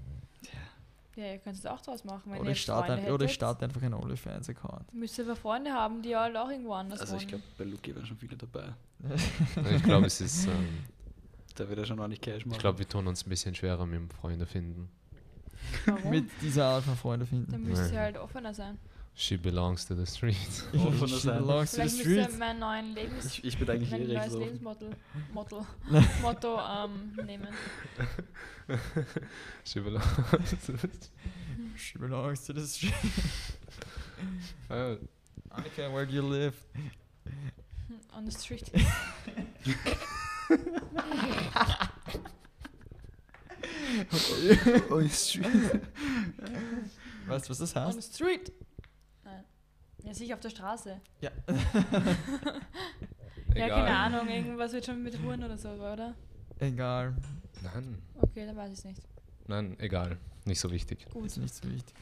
Speaker 4: Ja, ihr könnt es auch draus machen, wenn
Speaker 1: Oder
Speaker 4: ihr
Speaker 1: ich,
Speaker 4: jetzt
Speaker 1: starte
Speaker 4: Freunde
Speaker 1: ein, oder ich
Speaker 4: hättet.
Speaker 1: starte einfach einen OnlyFans-Account.
Speaker 4: Müsst ihr aber Freunde haben, die ja alle auch irgendwo anders
Speaker 2: Also ich
Speaker 4: wohnen.
Speaker 2: glaube, bei Luki wären schon viele dabei.
Speaker 3: Ich glaube, es ist. Ähm,
Speaker 2: Da wird er schon ordentlich Cash machen.
Speaker 3: ich glaube, wir tun uns ein bisschen schwerer mit dem Freunde finden.
Speaker 4: Warum?
Speaker 1: Mit dieser Art von Freunden
Speaker 4: dann
Speaker 1: finden.
Speaker 4: müsst
Speaker 3: Nein.
Speaker 4: ihr halt offener sein.
Speaker 3: She belongs to the streets.
Speaker 2: Oh, von der
Speaker 1: She
Speaker 2: Seite.
Speaker 1: belongs to the
Speaker 4: Vielleicht müsst ihr
Speaker 1: streets.
Speaker 4: meinen neuen Lebens
Speaker 2: ich, ich bin eigentlich eh
Speaker 4: mein
Speaker 2: recht
Speaker 4: neues
Speaker 2: so.
Speaker 4: Lebensmotto Motto, Motto ähm, nehmen.
Speaker 3: She belongs to the
Speaker 1: She belongs to the streets.
Speaker 3: streets.
Speaker 1: I care where you live.
Speaker 4: On the street.
Speaker 2: Oh, ist
Speaker 1: Weißt du, was das
Speaker 4: On
Speaker 1: heißt?
Speaker 4: the street. Nein. Ja, sicher auf der Straße.
Speaker 1: Ja.
Speaker 4: Ja, keine Ahnung, irgendwas wird schon mit Huren oder so, oder?
Speaker 1: Egal.
Speaker 3: Nein,
Speaker 4: Okay, dann weiß ich es nicht.
Speaker 3: nein, egal. Nicht so wichtig.
Speaker 1: Ist nicht so wichtig.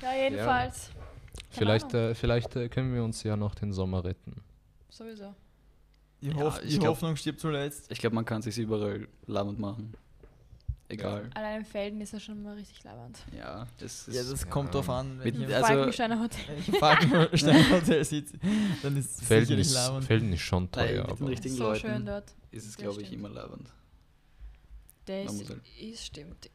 Speaker 4: Ja, jedenfalls.
Speaker 3: Vielleicht,
Speaker 4: Ahnung.
Speaker 3: äh, vielleicht äh, können wir uns ja noch den Sommer retten.
Speaker 4: Sowieso.
Speaker 1: Die,
Speaker 2: Ja,
Speaker 1: Hoff
Speaker 2: ich
Speaker 1: die
Speaker 2: glaub-
Speaker 1: Hoffnung stirbt zuletzt.
Speaker 2: Ich glaube, man kann sich überall labend machen. Egal.
Speaker 4: Allein in Felden ist das schon mal richtig labernd.
Speaker 2: Ja, das ist.
Speaker 1: Ja, das kommt drauf an. Wenn
Speaker 2: Mit-
Speaker 1: ich,
Speaker 2: Also-
Speaker 4: Falkensteiner Hotel.
Speaker 1: wenn ich im Falkenstein-Hotel sitze, dann ist es
Speaker 6: Felden
Speaker 1: sicherlich
Speaker 6: ist,
Speaker 1: labernd.
Speaker 6: Felden ist schon
Speaker 2: Nein,
Speaker 6: teuer,
Speaker 2: mit den
Speaker 6: aber
Speaker 2: richtigen
Speaker 4: So
Speaker 2: Leuten
Speaker 4: schön dort.
Speaker 2: ist es,
Speaker 4: Das
Speaker 2: glaube ich,
Speaker 4: stimmt.
Speaker 2: immer labend.
Speaker 4: Das
Speaker 2: Man muss halt-
Speaker 4: ist stimmig.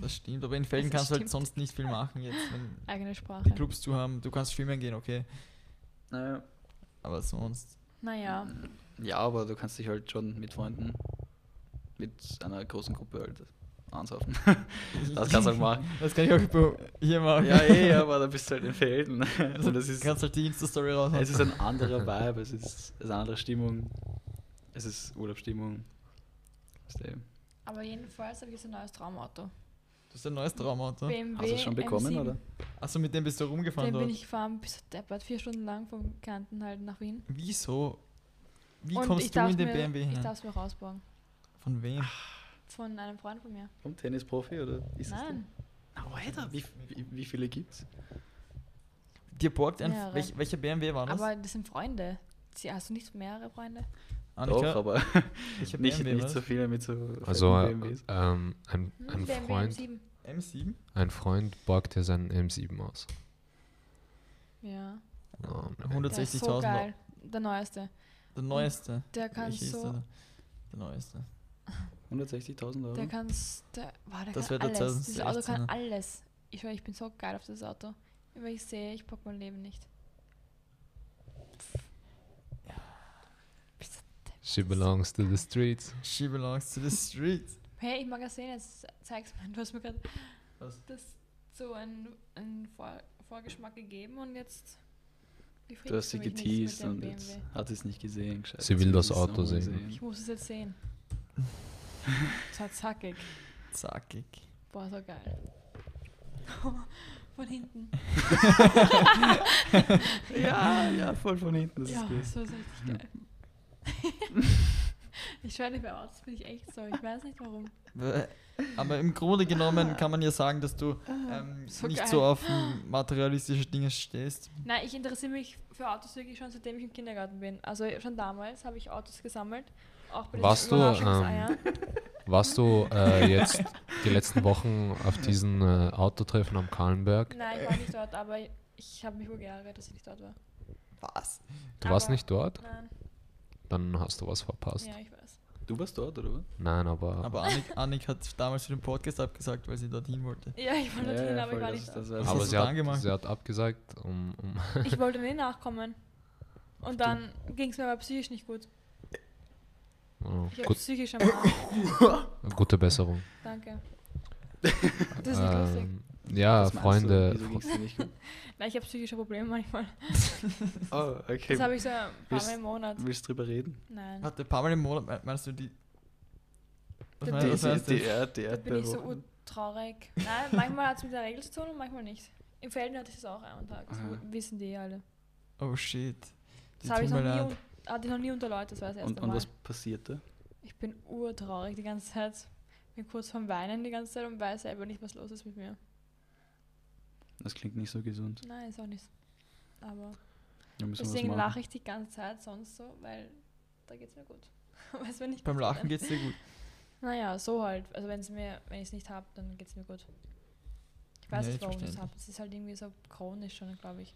Speaker 1: Das stimmt, aber in Felden
Speaker 4: Das
Speaker 1: kannst du halt
Speaker 4: stimmt.
Speaker 1: sonst nicht viel machen jetzt, wenn
Speaker 4: Eigene
Speaker 1: die
Speaker 4: Sprache.
Speaker 1: Clubs zu haben. Du kannst schwimmen gehen, okay,
Speaker 2: Naja.
Speaker 1: aber sonst.
Speaker 4: Naja,
Speaker 2: Mm, Ja, aber du kannst dich halt schon mit Freunden, mit einer großen Gruppe halt ansaufen. Also Das kannst du auch machen.
Speaker 1: Das kann ich auch bo- hier machen.
Speaker 2: ja, eh, aber da bist du halt in Felden. Und das ist,
Speaker 1: kannst halt die Insta-Story raushauen.
Speaker 2: es ist ein anderer Vibe, es ist eine andere Stimmung. Es ist Urlaubsstimmung. Weißt du,
Speaker 4: aber jedenfalls habe ich so ein neues Traumauto.
Speaker 1: Das ist ein neues Traumauto.
Speaker 4: BMW
Speaker 2: Hast du es schon bekommen,
Speaker 4: M7.
Speaker 2: oder?
Speaker 1: Achso, mit dem bist du rumgefahren
Speaker 4: Den bin
Speaker 1: dort.
Speaker 4: ich gefahren bis zur Deppert, vier Stunden lang vom Bekannten halt nach Wien.
Speaker 1: Wieso? Wie
Speaker 4: Und ich
Speaker 1: kommst du
Speaker 4: darf's
Speaker 1: in den
Speaker 4: mir,
Speaker 1: BMW
Speaker 4: Ich
Speaker 1: hin?
Speaker 4: darf es mir rausbauen.
Speaker 1: Von wem?
Speaker 4: Von einem Freund von mir.
Speaker 2: Vom Tennisprofi, oder? Ist das
Speaker 4: Nein,
Speaker 2: der? Oh, Alter, wie, wie, wie viele gibt's?
Speaker 1: Dir borgt ein.
Speaker 4: Mehrere.
Speaker 1: Welch, welcher BMW war das?
Speaker 4: aber das sind Freunde. Sie, hast du nicht mehrere Freunde?
Speaker 1: Annika,
Speaker 2: Doch, aber
Speaker 1: welcher
Speaker 2: nicht,
Speaker 1: BMW
Speaker 2: nicht
Speaker 1: war
Speaker 2: so
Speaker 1: das?
Speaker 2: viele mit so
Speaker 3: Also
Speaker 2: fetten
Speaker 3: äh,
Speaker 2: BMWs.
Speaker 3: ähm, ein,
Speaker 4: Hm,
Speaker 3: ein,
Speaker 4: BMW
Speaker 3: Freund,
Speaker 4: M7.
Speaker 1: M7?
Speaker 3: ein Freund borgt dir seinen M7 aus.
Speaker 4: Ja.
Speaker 3: Oh, man.
Speaker 1: 100
Speaker 4: Der ist so
Speaker 1: 60.000
Speaker 4: geil. Der neueste.
Speaker 1: Der neueste.
Speaker 4: Der kann
Speaker 1: Welcher ist
Speaker 4: so.
Speaker 1: der? Der neueste.
Speaker 2: 160.000 Euro.
Speaker 4: Der kann. Der, boah, der
Speaker 1: Das
Speaker 4: kann
Speaker 1: wird der
Speaker 4: alles. Dieses Auto
Speaker 1: 2016er.
Speaker 4: kann alles. Ich schwör, ich bin so geil auf das Auto. Aber ich sehe, ich bock mein Leben nicht.
Speaker 3: She belongs to the streets.
Speaker 1: She belongs to the street.
Speaker 4: Hey, ich mag das sehen, jetzt zeig's mir. Du hast mir gerade
Speaker 1: Was?
Speaker 4: das so einen, einen Vor Vorgeschmack gegeben und jetzt. befriedigt
Speaker 2: Du hast sie
Speaker 4: mich nichts
Speaker 2: geteased
Speaker 4: mit dem
Speaker 2: und jetzt
Speaker 4: BMW.
Speaker 2: hat sie es nicht gesehen. Gescheit.
Speaker 3: Sie will das
Speaker 2: es
Speaker 3: Auto
Speaker 2: nochmal
Speaker 3: sehen.
Speaker 4: Ich muss es jetzt sehen. So zackig.
Speaker 1: Zackig.
Speaker 4: Boah, so geil. Von hinten.
Speaker 2: Ja, ja, voll von hinten. Das
Speaker 4: ja,
Speaker 2: ist Hm. gut.
Speaker 4: so ist richtig geil. ich schwöre nicht mehr aus, das bin ich echt so. Ich weiß nicht warum.
Speaker 1: Bäh. Aber im Grunde genommen kann man ja sagen, dass du ähm,
Speaker 4: Ah, So
Speaker 1: nicht
Speaker 4: geil.
Speaker 1: so auf ähm, materialistische Dinge stehst.
Speaker 4: Nein, ich interessiere mich für Autos wirklich schon seitdem ich im Kindergarten bin. Also schon damals habe ich Autos gesammelt. Auch bei den
Speaker 3: Warst du, ähm,
Speaker 4: Überraschungseiern.
Speaker 3: Warst du äh, jetzt die letzten Wochen auf diesen äh, Autotreffen am Kahlenberg?
Speaker 4: Nein, ich war nicht dort, aber ich habe mich wohl geärgert, dass ich nicht dort war.
Speaker 1: Was?
Speaker 3: Du warst
Speaker 4: Aber-
Speaker 3: nicht dort?
Speaker 4: Nein,
Speaker 3: Dann hast du was verpasst.
Speaker 4: ja, ich weiß.
Speaker 2: Du warst dort, oder was?
Speaker 3: Nein, aber,
Speaker 1: Aber Annik, Annik hat damals für den Podcast abgesagt, weil sie dorthin wollte.
Speaker 4: Ja, ich wollte hin, aber
Speaker 2: voll,
Speaker 4: ich war
Speaker 2: das-
Speaker 4: nicht
Speaker 2: das war's.
Speaker 4: dort.
Speaker 1: Was
Speaker 3: aber
Speaker 1: hast du
Speaker 3: sie,
Speaker 1: dann
Speaker 3: hat,
Speaker 1: gemacht?
Speaker 3: sie hat abgesagt, um, um
Speaker 4: Ich wollte nicht nachkommen. Und dann ging es mir aber psychisch nicht gut.
Speaker 3: oh,
Speaker 4: Ich habe
Speaker 3: gut,
Speaker 4: psychisch am Arsch.
Speaker 3: gute Besserung.
Speaker 4: Danke. Das ist nicht lustig.
Speaker 3: Ähm, ja,
Speaker 2: Was meinst du?
Speaker 3: Freunde,
Speaker 2: Wieso ging's dir nicht gut?
Speaker 4: Nein, ich habe psychische Probleme manchmal.
Speaker 2: Oh, okay. Ah,
Speaker 4: Das habe ich so ein paar
Speaker 2: Willst-
Speaker 4: Mal im Monat.
Speaker 2: Willst du drüber reden?
Speaker 4: Nein.
Speaker 1: Warte, ein paar Mal im Monat, me- meinst du die. Was
Speaker 4: Die-
Speaker 1: meinst,
Speaker 2: Die,
Speaker 1: du-
Speaker 2: die,
Speaker 1: was meinst
Speaker 2: die,
Speaker 1: du?
Speaker 2: Erd, die
Speaker 4: Da bin ich so
Speaker 2: Erdbeerwoche.
Speaker 4: ur- traurig. Nein, manchmal hat es mit der Regel zu tun und manchmal nicht. Im Felden hatte ich es auch einen Tag. Das
Speaker 2: Aha.
Speaker 4: wissen die eh alle.
Speaker 1: Oh shit. Die
Speaker 4: Das habe ich noch
Speaker 1: tun mir
Speaker 4: nie,
Speaker 1: leid.
Speaker 4: un hatte ich noch nie unter Leute. Das war das erste
Speaker 2: Und, und
Speaker 4: Mal.
Speaker 2: was passierte?
Speaker 4: Ich bin urtraurig die ganze Zeit. Bin kurz vom Weinen die ganze Zeit und weiß selber nicht, was los ist mit mir.
Speaker 2: Das klingt nicht so gesund.
Speaker 4: Nein, ist auch nicht. Aber
Speaker 2: Da müssen wir
Speaker 4: deswegen
Speaker 2: was
Speaker 4: lache
Speaker 2: machen.
Speaker 4: ich die ganze Zeit sonst so, weil da geht's mir gut. weißt, wenn ich
Speaker 1: Beim Lachen geht's dir gut.
Speaker 4: Naja, so halt. Also wenn's mir, wenn ich es nicht habe, dann geht's mir gut. Ich weiß
Speaker 1: Ja, ich
Speaker 4: nicht, warum ich es
Speaker 1: verstehe.
Speaker 4: habe. Es ist halt irgendwie so chronisch schon, glaube ich.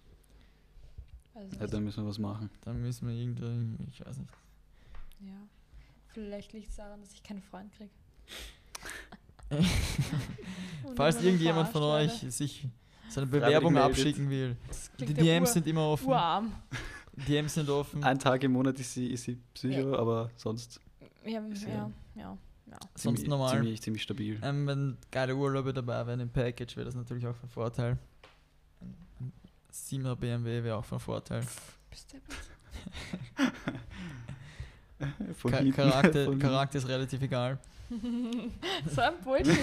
Speaker 4: Also
Speaker 2: Ja, da müssen wir was machen.
Speaker 1: Dann müssen wir irgendwie, ich weiß nicht.
Speaker 4: ja. Vielleicht liegt es daran, dass ich keinen Freund kriege.
Speaker 1: Falls irgendjemand von euch sich seine
Speaker 2: Freiwillig
Speaker 1: Bewerbung
Speaker 2: meldet.
Speaker 1: abschicken will, die
Speaker 4: klingt ja
Speaker 1: DMs
Speaker 4: ur-
Speaker 1: sind immer offen.
Speaker 4: Urarm.
Speaker 1: DMs sind offen.
Speaker 2: Ein Tag im Monat ist sie, ist sie Psycho, aber sonst
Speaker 4: Ja,
Speaker 2: Ist ja-
Speaker 4: ja, ja.
Speaker 1: Sonst
Speaker 2: ziemlich,
Speaker 1: normal.
Speaker 2: ziemlich, ziemlich stabil.
Speaker 1: Ähm, wenn geile Urlaube dabei wären im Package, wäre das natürlich auch von Vorteil. Ein ein 7er BMW wäre auch von Vorteil.
Speaker 4: Bist du
Speaker 2: Von
Speaker 1: Ka
Speaker 2: hinten,
Speaker 1: Charakter,
Speaker 2: von hinten.
Speaker 1: Charakter ist relativ egal.
Speaker 4: so ein Bullshit.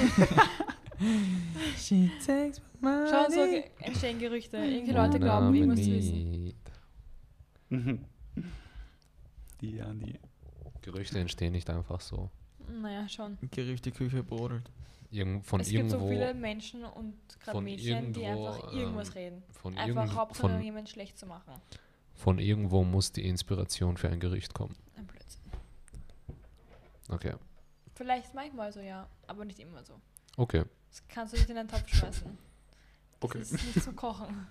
Speaker 1: She takes my
Speaker 4: Schon so ge- entstehen Gerüchte. Irgendwie Leute
Speaker 3: Mein
Speaker 4: glauben, ich
Speaker 3: Name
Speaker 4: muss wissen.
Speaker 3: nicht.
Speaker 2: Mhm. Die Andi.
Speaker 3: Gerüchte entstehen nicht einfach so.
Speaker 4: Naja, schon.
Speaker 1: Gerüchte Küche brodelt.
Speaker 3: Irgend, von
Speaker 4: es gibt
Speaker 3: irgendwo,
Speaker 4: so viele Menschen und gerade
Speaker 3: von
Speaker 4: Mädchen, die
Speaker 3: irgendwo,
Speaker 4: einfach irgendwas
Speaker 3: ähm,
Speaker 4: reden.
Speaker 3: von,
Speaker 4: Einfach
Speaker 3: irgend,
Speaker 4: Hauptsache, um
Speaker 3: von,
Speaker 4: jemanden schlecht zu machen.
Speaker 3: von irgendwo muss die Inspiration für ein Gericht kommen.
Speaker 4: Ein Blödsinn.
Speaker 3: Okay.
Speaker 4: Vielleicht manchmal so, ja, aber nicht immer so.
Speaker 3: Okay.
Speaker 4: Das kannst du nicht in einen Topf schmeißen. Das
Speaker 2: Okay.
Speaker 4: ist nicht zum Kochen.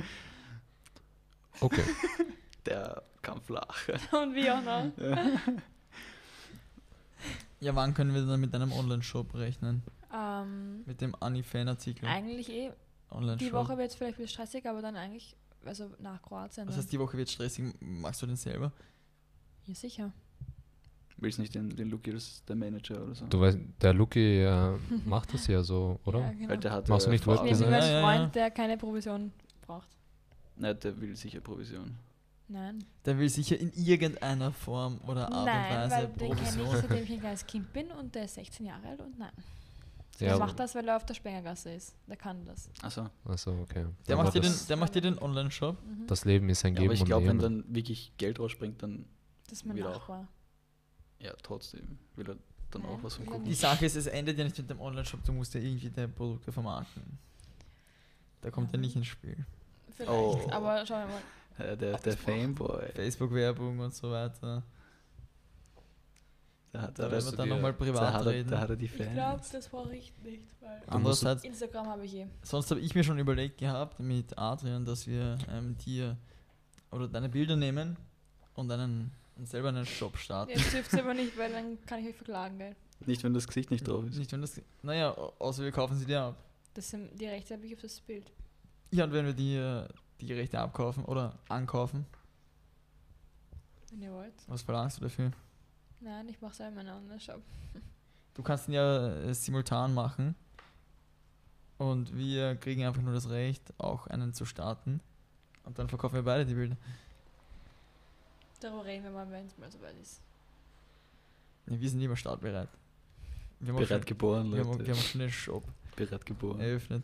Speaker 3: Okay.
Speaker 2: Der kam flach.
Speaker 4: Und wie auch noch.
Speaker 1: Ja, wann können wir dann mit einem Online-Shop rechnen?
Speaker 4: Ähm,
Speaker 1: Mit dem Anni-Fan-Artikel.
Speaker 4: eigentlich eh. Die
Speaker 1: Online-Shop.
Speaker 4: Woche wird es vielleicht ein bisschen stressig, aber dann eigentlich, also nach Kroatien.
Speaker 1: Das
Speaker 4: dann.
Speaker 1: heißt, die Woche wird stressig. Machst du den selber?
Speaker 4: ja, sicher.
Speaker 2: Willst nicht den, den Luke, das ist der Manager oder so?
Speaker 3: Du weißt, der Luki äh, macht das ja so, oder?
Speaker 4: Ja, genau.
Speaker 2: Weil der hat
Speaker 3: Machst du
Speaker 2: äh,
Speaker 3: nicht
Speaker 2: Frau-
Speaker 4: Mir ist
Speaker 3: Webdesign?
Speaker 4: mein
Speaker 1: Ja, ja, ja.
Speaker 4: Freund, der keine Provision braucht.
Speaker 2: Nein, der will sicher Provision.
Speaker 4: Nein.
Speaker 1: Der will sicher in irgendeiner Form oder Art
Speaker 4: Nein,
Speaker 1: und
Speaker 4: weil
Speaker 1: Weise
Speaker 4: den kenne ich,
Speaker 1: Provision.
Speaker 4: seitdem ich ein kleines Kind bin und der ist 16 Jahre alt und nein.
Speaker 3: Ja,
Speaker 4: der
Speaker 3: aber-
Speaker 4: macht das, weil er auf der Spengergasse ist. Der kann das.
Speaker 2: Also,
Speaker 3: Also, okay.
Speaker 1: Der
Speaker 3: Aber
Speaker 1: macht, dir den,
Speaker 3: das,
Speaker 1: der macht dir den Online-Shop.
Speaker 4: Mhm.
Speaker 3: das Leben ist ein
Speaker 2: ja,
Speaker 3: Geben
Speaker 2: aber ich glaube, wenn
Speaker 3: und Nehmen.
Speaker 2: dann wirklich Geld rausspringt, dann
Speaker 4: Das ist mein
Speaker 2: Wieder auch.
Speaker 4: Nachbar.
Speaker 2: ja, trotzdem will er dann
Speaker 4: Nein,
Speaker 2: auch was vom
Speaker 4: will er
Speaker 2: Kuchen.
Speaker 1: Die Sache ist, es endet ja nicht mit dem Online-Shop. Du musst ja irgendwie deine Produkte vermarkten. Da kommt er nicht ins Spiel.
Speaker 4: Vielleicht,
Speaker 2: Oh.
Speaker 4: aber schauen wir mal.
Speaker 2: Äh, der der Fanboy.
Speaker 1: Facebook-Werbung und so weiter.
Speaker 2: Da hat
Speaker 1: Da werden wir
Speaker 2: er, da
Speaker 3: wirst du
Speaker 1: dann
Speaker 3: dir-
Speaker 1: nochmal privat
Speaker 2: hat er, da
Speaker 1: reden.
Speaker 2: hat er die
Speaker 4: Ich glaube,
Speaker 2: Fans.
Speaker 4: das brauche ich nicht, weil
Speaker 1: Andererseits
Speaker 4: Instagram habe ich eh.
Speaker 1: Sonst habe ich mir schon überlegt gehabt mit Adrian, dass wir ähm, dir oder deine Bilder nehmen und einen und selber einen Shop starten.
Speaker 4: Jetzt dürft ihr aber nicht, weil dann kann ich euch verklagen, gell?
Speaker 2: Nicht, wenn das Gesicht nicht drauf ist.
Speaker 1: Nicht, wenn das, naja, au- außer wir kaufen sie dir ab.
Speaker 4: Das sind, die Rechte habe ich auf das Bild.
Speaker 1: Ja, und wenn wir dir die Rechte abkaufen oder ankaufen,
Speaker 4: Wenn ihr wollt.
Speaker 1: was verlangst du dafür?
Speaker 4: Nein, ich mache selber meinen Online-Shop.
Speaker 1: Du kannst ihn ja äh, simultan machen und wir kriegen einfach nur das Recht, auch einen zu starten. Und dann verkaufen wir beide die Bilder.
Speaker 4: Darüber reden wir mal, wenn es mal soweit ist.
Speaker 1: Nee, wir sind immer startbereit. Wir haben, auch
Speaker 2: Bereit
Speaker 1: schon,
Speaker 2: geboren,
Speaker 1: wir haben, auch-
Speaker 2: Leute.
Speaker 1: wir haben auch schon den Shop
Speaker 2: Bereit geboren.
Speaker 1: eröffnet.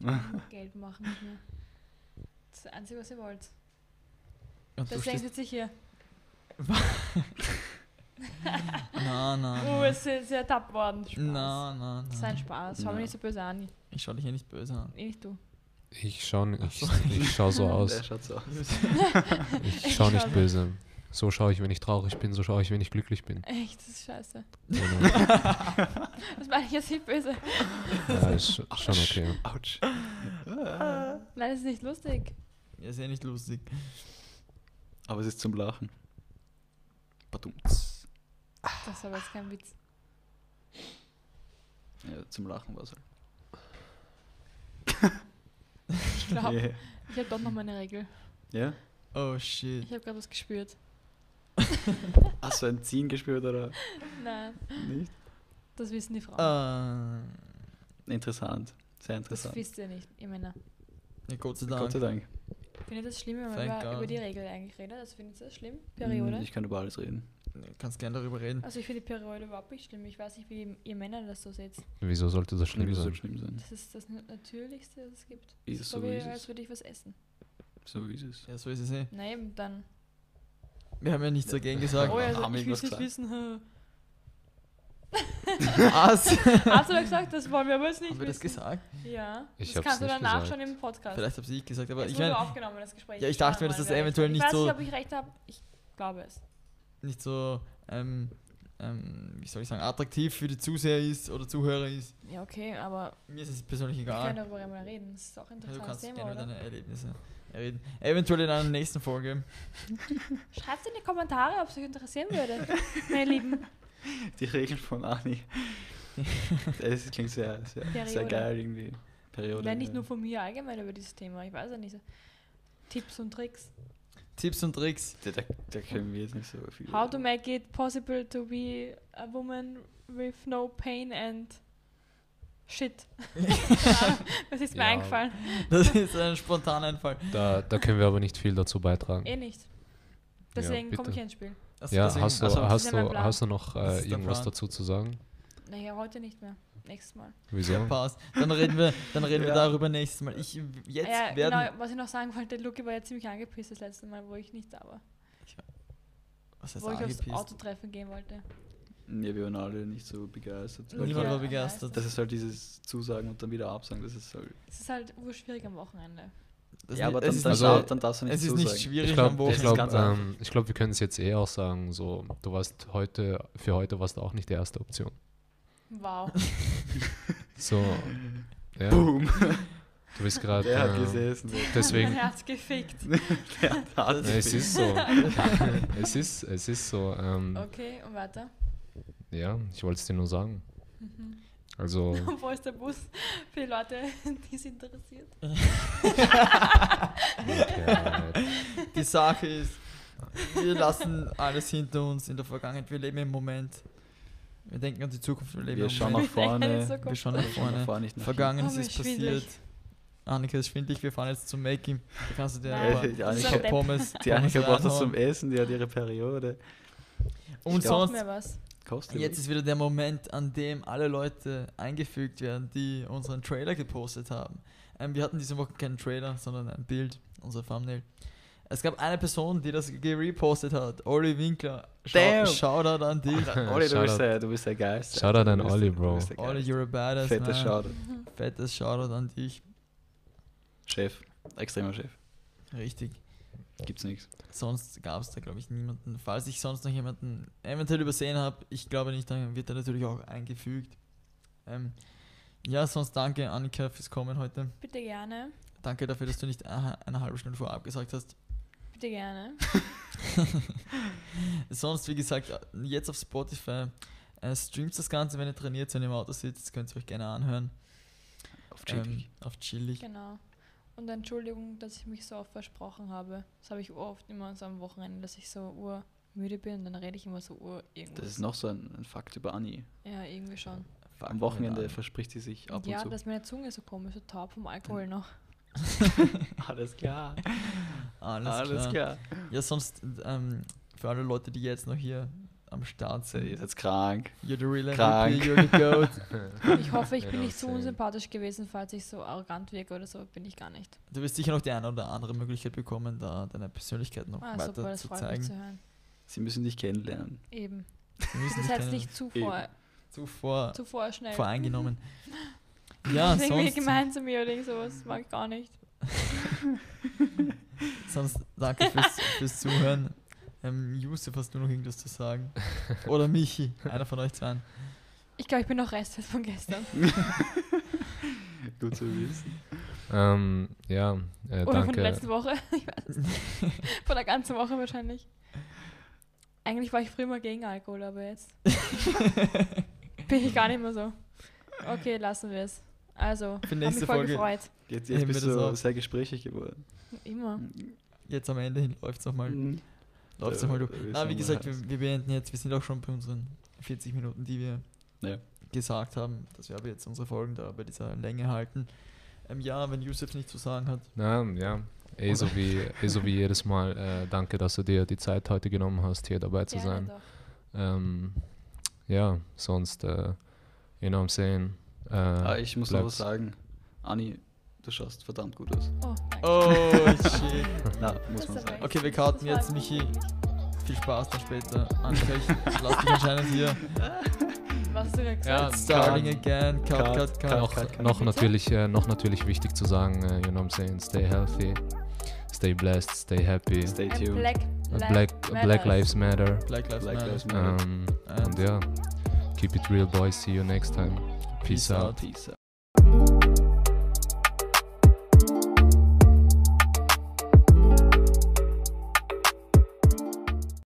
Speaker 4: Geld machen nicht mehr. Das ist das Einzige, was ihr wollt.
Speaker 1: Und
Speaker 4: Das denkt sich hier.
Speaker 1: Na, na,
Speaker 4: Oh,
Speaker 1: na.
Speaker 4: es ist ertappt worden. Spaß.
Speaker 1: Na, na,
Speaker 4: Das ist ein
Speaker 1: na.
Speaker 4: Spaß. Schau mir
Speaker 2: Na.
Speaker 4: nicht so böse an.
Speaker 1: Ich schau dich ja nicht böse an.
Speaker 4: Eh nicht du.
Speaker 3: Ich schaue ich,
Speaker 1: so.
Speaker 3: ich schau so
Speaker 2: Der
Speaker 3: aus.
Speaker 2: schaut so aus.
Speaker 3: Ich schaue
Speaker 4: schau
Speaker 3: nicht
Speaker 4: so.
Speaker 3: böse. So schaue ich, wenn ich traurig bin, so schaue ich, wenn ich glücklich bin.
Speaker 4: Echt, das ist scheiße.
Speaker 3: Genau.
Speaker 4: Das meine ich jetzt nicht böse.
Speaker 3: ja, ist sch- schon okay.
Speaker 2: Autsch.
Speaker 4: Nein, das ist nicht lustig.
Speaker 1: Ja, ist ja nicht lustig.
Speaker 2: Aber es ist zum Lachen. Badum.
Speaker 4: Das war jetzt kein Witz.
Speaker 2: Ja, zum Lachen war es halt.
Speaker 4: Ich glaube,
Speaker 2: Yeah.
Speaker 4: ich habe doch noch meine Regel.
Speaker 2: Ja?
Speaker 1: Oh shit.
Speaker 4: Ich habe gerade was gespürt.
Speaker 2: Hast du ein Ziehen gespürt oder
Speaker 4: Nein,
Speaker 2: nicht?
Speaker 4: das wissen die Frauen.
Speaker 1: Ähm,
Speaker 2: Interessant. Sehr
Speaker 4: das
Speaker 2: interessant.
Speaker 4: wisst ihr nicht, ihr Männer.
Speaker 1: ja, Gott sei Dank.
Speaker 2: Gott sei Dank.
Speaker 4: Findet ihr das schlimm, wenn man
Speaker 1: Thank
Speaker 4: über, über
Speaker 1: God. Mm,
Speaker 4: die Regel eigentlich redet? Also findet ihr das schlimm? Periode?
Speaker 2: Hm, Ich kann über alles reden.
Speaker 1: Nee, Kannst gerne darüber reden.
Speaker 4: Also ich finde die Periode überhaupt nicht schlimm. Ich weiß nicht, wie ihr Männer das so seht.
Speaker 3: Wieso sollte das schlimm
Speaker 2: Schlimm soll
Speaker 3: sein?
Speaker 2: halt schlimm sein.
Speaker 4: Das ist das Natürlichste, was es gibt.
Speaker 2: Ist
Speaker 4: das
Speaker 2: so,
Speaker 4: wie,
Speaker 2: wie es
Speaker 4: als
Speaker 2: ist.
Speaker 4: würde ich was essen.
Speaker 2: So ist es.
Speaker 1: Ja, so ist es eh.
Speaker 4: Na eben, dann.
Speaker 1: Wir haben ja nichts dagegen gesagt.
Speaker 4: Oh ja, also,
Speaker 2: haben
Speaker 4: ich will
Speaker 2: irgendwas
Speaker 4: es nicht wissen. hä.
Speaker 1: Was?
Speaker 4: Hast du doch gesagt, das wollen wir aber jetzt nicht
Speaker 1: Haben wir das
Speaker 4: wissen.
Speaker 1: gesagt?
Speaker 4: Ja.
Speaker 3: Ich
Speaker 4: das
Speaker 3: hab's
Speaker 4: kannst du
Speaker 3: nicht
Speaker 4: dann nachschauen
Speaker 3: gesagt.
Speaker 4: im Podcast.
Speaker 1: Vielleicht habe ich gesagt, aber
Speaker 4: es
Speaker 1: ich
Speaker 4: wurde
Speaker 1: meine,
Speaker 4: aufgenommen, das Gespräch.
Speaker 1: Ja, ich dachte
Speaker 4: Schau
Speaker 1: mir, dass
Speaker 4: mal,
Speaker 1: das
Speaker 4: wer recht
Speaker 1: eventuell
Speaker 4: hat.
Speaker 1: nicht
Speaker 4: Ich weiß
Speaker 1: so-
Speaker 4: nicht, ob ich recht habe. Ich glaube es.
Speaker 1: nicht so, ähm, ähm, wie soll ich sagen, attraktiv für die Zuseher ist oder Zuhörer ist.
Speaker 4: Ja, okay, aber
Speaker 1: Mir ist es persönlich
Speaker 4: wir können
Speaker 1: egal.
Speaker 4: darüber mal reden. Das ist auch ein
Speaker 1: Ja, Du
Speaker 4: interessantes
Speaker 1: kannst gerne
Speaker 4: Thema,
Speaker 1: über
Speaker 4: oder?
Speaker 1: deine Erlebnisse reden. Eventuell in einer nächsten Folge.
Speaker 4: Schreibt in die Kommentare, ob es euch interessieren würde, meine Lieben.
Speaker 2: Die Regeln von Ani. Das klingt sehr, sehr, sehr
Speaker 4: Periode.
Speaker 2: geil irgendwie. Periode.
Speaker 4: Wenn nicht
Speaker 2: ja. äh,
Speaker 4: nur von mir allgemein über dieses Thema. Ich weiß ja nicht. Tipps und Tricks.
Speaker 1: Tipps und Tricks.
Speaker 2: Da, da, da können wir jetzt nicht so viel.
Speaker 4: How to make it possible to be a woman with no pain and shit. das ist mir
Speaker 3: Ja.
Speaker 4: eingefallen.
Speaker 1: Das ist ein spontaner Einfall.
Speaker 3: Da, da können wir aber nicht viel dazu beitragen.
Speaker 4: Eh nicht. Deswegen komme ich
Speaker 3: bitte.
Speaker 4: ins Spiel.
Speaker 1: Also
Speaker 3: Ja,
Speaker 1: deswegen-
Speaker 3: hast du,
Speaker 1: also,
Speaker 2: also,
Speaker 4: das
Speaker 3: hast
Speaker 4: ist ja mein
Speaker 3: du,
Speaker 4: Plan.
Speaker 3: hast du
Speaker 1: Das
Speaker 3: noch äh,
Speaker 1: ist der
Speaker 3: irgendwas
Speaker 1: Plan.
Speaker 3: dazu zu sagen?
Speaker 4: Naja, heute nicht mehr. Nächstes Mal.
Speaker 3: Wieso?
Speaker 1: Passt. Dann reden wir, dann reden wir
Speaker 2: Ja.
Speaker 1: darüber nächstes Mal. Ich jetzt
Speaker 4: ja,
Speaker 1: werden
Speaker 4: genau, was ich noch sagen wollte, Luki war ja ziemlich angepisst das letzte Mal, wo ich nicht da war.
Speaker 1: was heißt
Speaker 4: wo ich aufs
Speaker 1: angepisst?
Speaker 4: Autotreffen gehen wollte.
Speaker 2: Ja, wir waren alle nicht so begeistert. weil-
Speaker 1: Niemand
Speaker 4: Ja,
Speaker 1: war
Speaker 4: ich weiß,
Speaker 1: begeistert.
Speaker 2: Das ist halt dieses Zusagen und dann wieder Absagen. Das ist halt.
Speaker 4: Es ist halt urschwierig am Wochenende.
Speaker 1: Das
Speaker 2: ja,
Speaker 1: ist-
Speaker 2: aber dann,
Speaker 1: es ist
Speaker 2: dann,
Speaker 1: nicht,
Speaker 3: also-
Speaker 2: darf- dann darfst du nicht
Speaker 1: es ist
Speaker 2: zusagen.
Speaker 1: nicht schwierig
Speaker 3: Ich
Speaker 1: am
Speaker 3: glaube,
Speaker 2: Das
Speaker 1: Wochenende.
Speaker 2: ist
Speaker 3: glaub,
Speaker 2: ganz
Speaker 3: ähm, ich glaub, wir können es jetzt eh auch sagen. So, du warst heute, für heute warst du auch nicht die erste Option.
Speaker 4: Wow.
Speaker 3: So, ja, du
Speaker 2: Boom.
Speaker 3: bist gerade.
Speaker 2: Der hat
Speaker 3: Äh,
Speaker 2: gesessen.
Speaker 3: deswegen.
Speaker 4: Mein Herz gefickt.
Speaker 2: Der hat alles
Speaker 3: Ja, es ist so. es, ist, es ist so. Ähm,
Speaker 4: Okay, und weiter.
Speaker 3: Ja, ich wollte es dir nur sagen. Also,
Speaker 4: Mhm. Wo ist der Bus für die Leute, die es interessiert?
Speaker 3: Wirklichkeit.
Speaker 1: Die Sache ist, wir lassen alles hinter uns in der Vergangenheit. Wir leben im Moment. Wir denken an die Zukunft, wir leben
Speaker 2: Wir
Speaker 1: im
Speaker 2: schauen
Speaker 1: Moment.
Speaker 2: nach vorne.
Speaker 4: so
Speaker 1: wir schauen nach vorne.
Speaker 2: Vorne nicht nach
Speaker 1: Vergangenes
Speaker 4: Oh, mir
Speaker 1: ist
Speaker 4: ist schwindelig.
Speaker 1: passiert. Annika ist schwindlig, wir fahren jetzt zum Make-Him. Da kannst du dir
Speaker 4: Nein.
Speaker 1: ein paar,
Speaker 2: Äh, die
Speaker 1: ein
Speaker 2: Annika-
Speaker 1: paar Pommes,
Speaker 2: Die Annika braucht das zum
Speaker 1: reinhauen.
Speaker 2: Essen, die hat ihre Periode.
Speaker 1: Und
Speaker 2: glaub-
Speaker 1: sonst,
Speaker 4: Mir was.
Speaker 2: Kostet
Speaker 1: jetzt ist wieder der Moment, an dem alle Leute eingefügt werden, die unseren Trailer gepostet haben. Ähm, wir hatten diese Woche keinen Trailer, sondern ein Bild, unser Thumbnail. Es gab eine Person, die das gerepostet hat. Olli Winkler. Schau,
Speaker 2: Damn.
Speaker 1: Shoutout an dich.
Speaker 2: Olli, du bist
Speaker 3: Shoutout.
Speaker 2: der, du bist der Geist.
Speaker 3: Shoutout an Olli, Bro.
Speaker 1: Olli, you're a badass.
Speaker 2: Fetter
Speaker 1: man.
Speaker 2: Shoutout.
Speaker 1: Fettes Shoutout an dich.
Speaker 2: Chef. Extremer Chef.
Speaker 1: Richtig.
Speaker 2: Gibt's nichts.
Speaker 1: Sonst gab es da, glaube ich, niemanden. Falls ich sonst noch jemanden eventuell übersehen habe, ich glaube nicht, dann wird er natürlich auch eingefügt. Ähm, ja, sonst danke Annika fürs Kommen heute.
Speaker 4: Bitte gerne.
Speaker 1: Danke dafür, dass du nicht eine, eine halbe Stunde vorab gesagt hast.
Speaker 4: Bitte gerne.
Speaker 1: Sonst, wie gesagt, jetzt auf Spotify äh, streamt das Ganze, wenn ihr trainiert, wenn ihr im Auto sitzt, könnt ihr euch gerne anhören.
Speaker 2: Auf Chili.
Speaker 1: Ähm, auf chillig.
Speaker 4: Genau. Und Entschuldigung, dass ich mich so oft versprochen habe. Das habe ich oft immer so am Wochenende, dass ich so urmüde bin und dann rede ich immer so ur
Speaker 2: Das ist
Speaker 4: irgendwas.
Speaker 2: noch so ein, ein Fakt über Anni.
Speaker 4: Ja, irgendwie schon.
Speaker 2: Am Wochenende verspricht sie sich ab
Speaker 4: ja,
Speaker 2: und zu.
Speaker 4: dass meine Zunge so komisch, so taub vom Alkohol
Speaker 1: Hm.
Speaker 4: noch.
Speaker 2: Alles klar.
Speaker 1: Alles,
Speaker 2: Alles
Speaker 1: klar.
Speaker 2: klar.
Speaker 1: Ja, sonst ähm, für alle Leute, die jetzt noch hier am Start
Speaker 2: So, Ihr
Speaker 1: sind,
Speaker 2: seid krank.
Speaker 1: you're the real
Speaker 2: Mhm. Krank.
Speaker 1: MVP, you're the GOAT.
Speaker 4: Ich hoffe, ich
Speaker 3: Ja,
Speaker 4: bin nicht zu
Speaker 3: same.
Speaker 4: unsympathisch gewesen, falls ich so arrogant wirke oder so, bin ich gar nicht.
Speaker 1: Du wirst sicher noch die eine oder andere Möglichkeit bekommen, da deine Persönlichkeit noch
Speaker 4: Ah,
Speaker 1: weiter
Speaker 4: super, das
Speaker 1: zu
Speaker 4: freut mich zu
Speaker 1: zeigen.
Speaker 4: hören.
Speaker 2: Sie müssen dich kennenlernen.
Speaker 4: Eben.
Speaker 1: Wir müssen
Speaker 4: Das
Speaker 1: dich
Speaker 4: heißt
Speaker 1: keine-
Speaker 4: nicht zu, vor,
Speaker 1: zu vor,
Speaker 4: zu vorschnell.
Speaker 1: voreingenommen. ja,
Speaker 4: das ist irgendwie
Speaker 1: sonst,
Speaker 4: gemein zu mir oder irgend sowas, mag ich gar nicht.
Speaker 1: sonst danke fürs, fürs Zuhören. Ähm, Yusuf, hast du noch irgendwas zu sagen? Oder Michi, einer von euch zwei.
Speaker 4: Ich glaube, ich bin noch Rest von gestern.
Speaker 2: Gut zu wissen.
Speaker 3: ähm, ja, äh,
Speaker 4: Oder von der
Speaker 3: danke.
Speaker 4: letzten Woche. Ich weiß es nicht. Von der ganzen Woche wahrscheinlich. Eigentlich war ich früher mal gegen Alkohol, aber jetzt bin ich gar nicht mehr so. Okay, lassen wir es. Also,
Speaker 1: Für
Speaker 4: hab mich
Speaker 1: nächste
Speaker 4: voll
Speaker 1: Folge.
Speaker 4: gefreut.
Speaker 2: Jetzt,
Speaker 1: Heben
Speaker 2: jetzt
Speaker 1: wir
Speaker 2: bist
Speaker 1: das
Speaker 2: du
Speaker 1: auf.
Speaker 2: sehr gesprächig geworden.
Speaker 4: Immer.
Speaker 1: Jetzt am Ende hin läuft es nochmal.
Speaker 2: Mhm.
Speaker 1: Läuft's
Speaker 2: Da-
Speaker 1: nochmal
Speaker 2: da
Speaker 1: durch.
Speaker 2: wird's
Speaker 1: Na, wie
Speaker 2: nochmal
Speaker 1: gesagt,
Speaker 2: heiß.
Speaker 1: wir, wir beenden jetzt. Wir sind auch schon bei unseren 40 Minuten, die wir
Speaker 2: Ja.
Speaker 1: gesagt haben, dass wir aber jetzt unsere Folgen da bei dieser Länge halten. Ähm, ja, wenn Yusuf nichts zu sagen hat,
Speaker 3: Na, ja, eh so, wie, eh so wie jedes Mal. Äh, danke, dass du dir die Zeit heute genommen hast, hier dabei zu
Speaker 4: Gerne
Speaker 3: sein.
Speaker 4: doch.
Speaker 3: Ähm, ja, sonst, äh, you know what I'm saying. Äh,
Speaker 2: Ah, ich muss noch was
Speaker 3: bleibt's-
Speaker 2: sagen. Anni, du schaust verdammt gut
Speaker 1: Mhm.
Speaker 2: aus.
Speaker 4: Oh, danke.
Speaker 1: Oh, shit.
Speaker 2: Na,
Speaker 4: Das
Speaker 2: muss
Speaker 4: ist
Speaker 2: man
Speaker 4: aber
Speaker 2: sagen.
Speaker 4: echt-
Speaker 1: Okay, wir karten
Speaker 4: das
Speaker 1: jetzt
Speaker 4: war-
Speaker 1: Michi. Viel Spaß dann später. Annika, ich lass dich anscheinend hier.
Speaker 4: Was hast du gerade gesagt?
Speaker 3: Ja,
Speaker 1: Starting again. Cut, cut, cut.
Speaker 3: noch, noch, natürlich, äh, noch natürlich wichtig zu sagen, äh, you know what I'm saying, stay healthy, stay blessed, stay happy.
Speaker 2: Stay
Speaker 4: Ein
Speaker 2: tuned.
Speaker 4: Black,
Speaker 3: Uh,
Speaker 4: Li-
Speaker 3: Black, Black
Speaker 4: Matters.
Speaker 3: Lives Matter.
Speaker 1: Black Lives
Speaker 2: Black
Speaker 1: Matter.
Speaker 2: Lives Matter.
Speaker 3: Um,
Speaker 1: And
Speaker 3: and yeah, keep it real, boys. See you next time. Peace,
Speaker 1: Peace
Speaker 3: out.
Speaker 1: out.
Speaker 2: Peace out.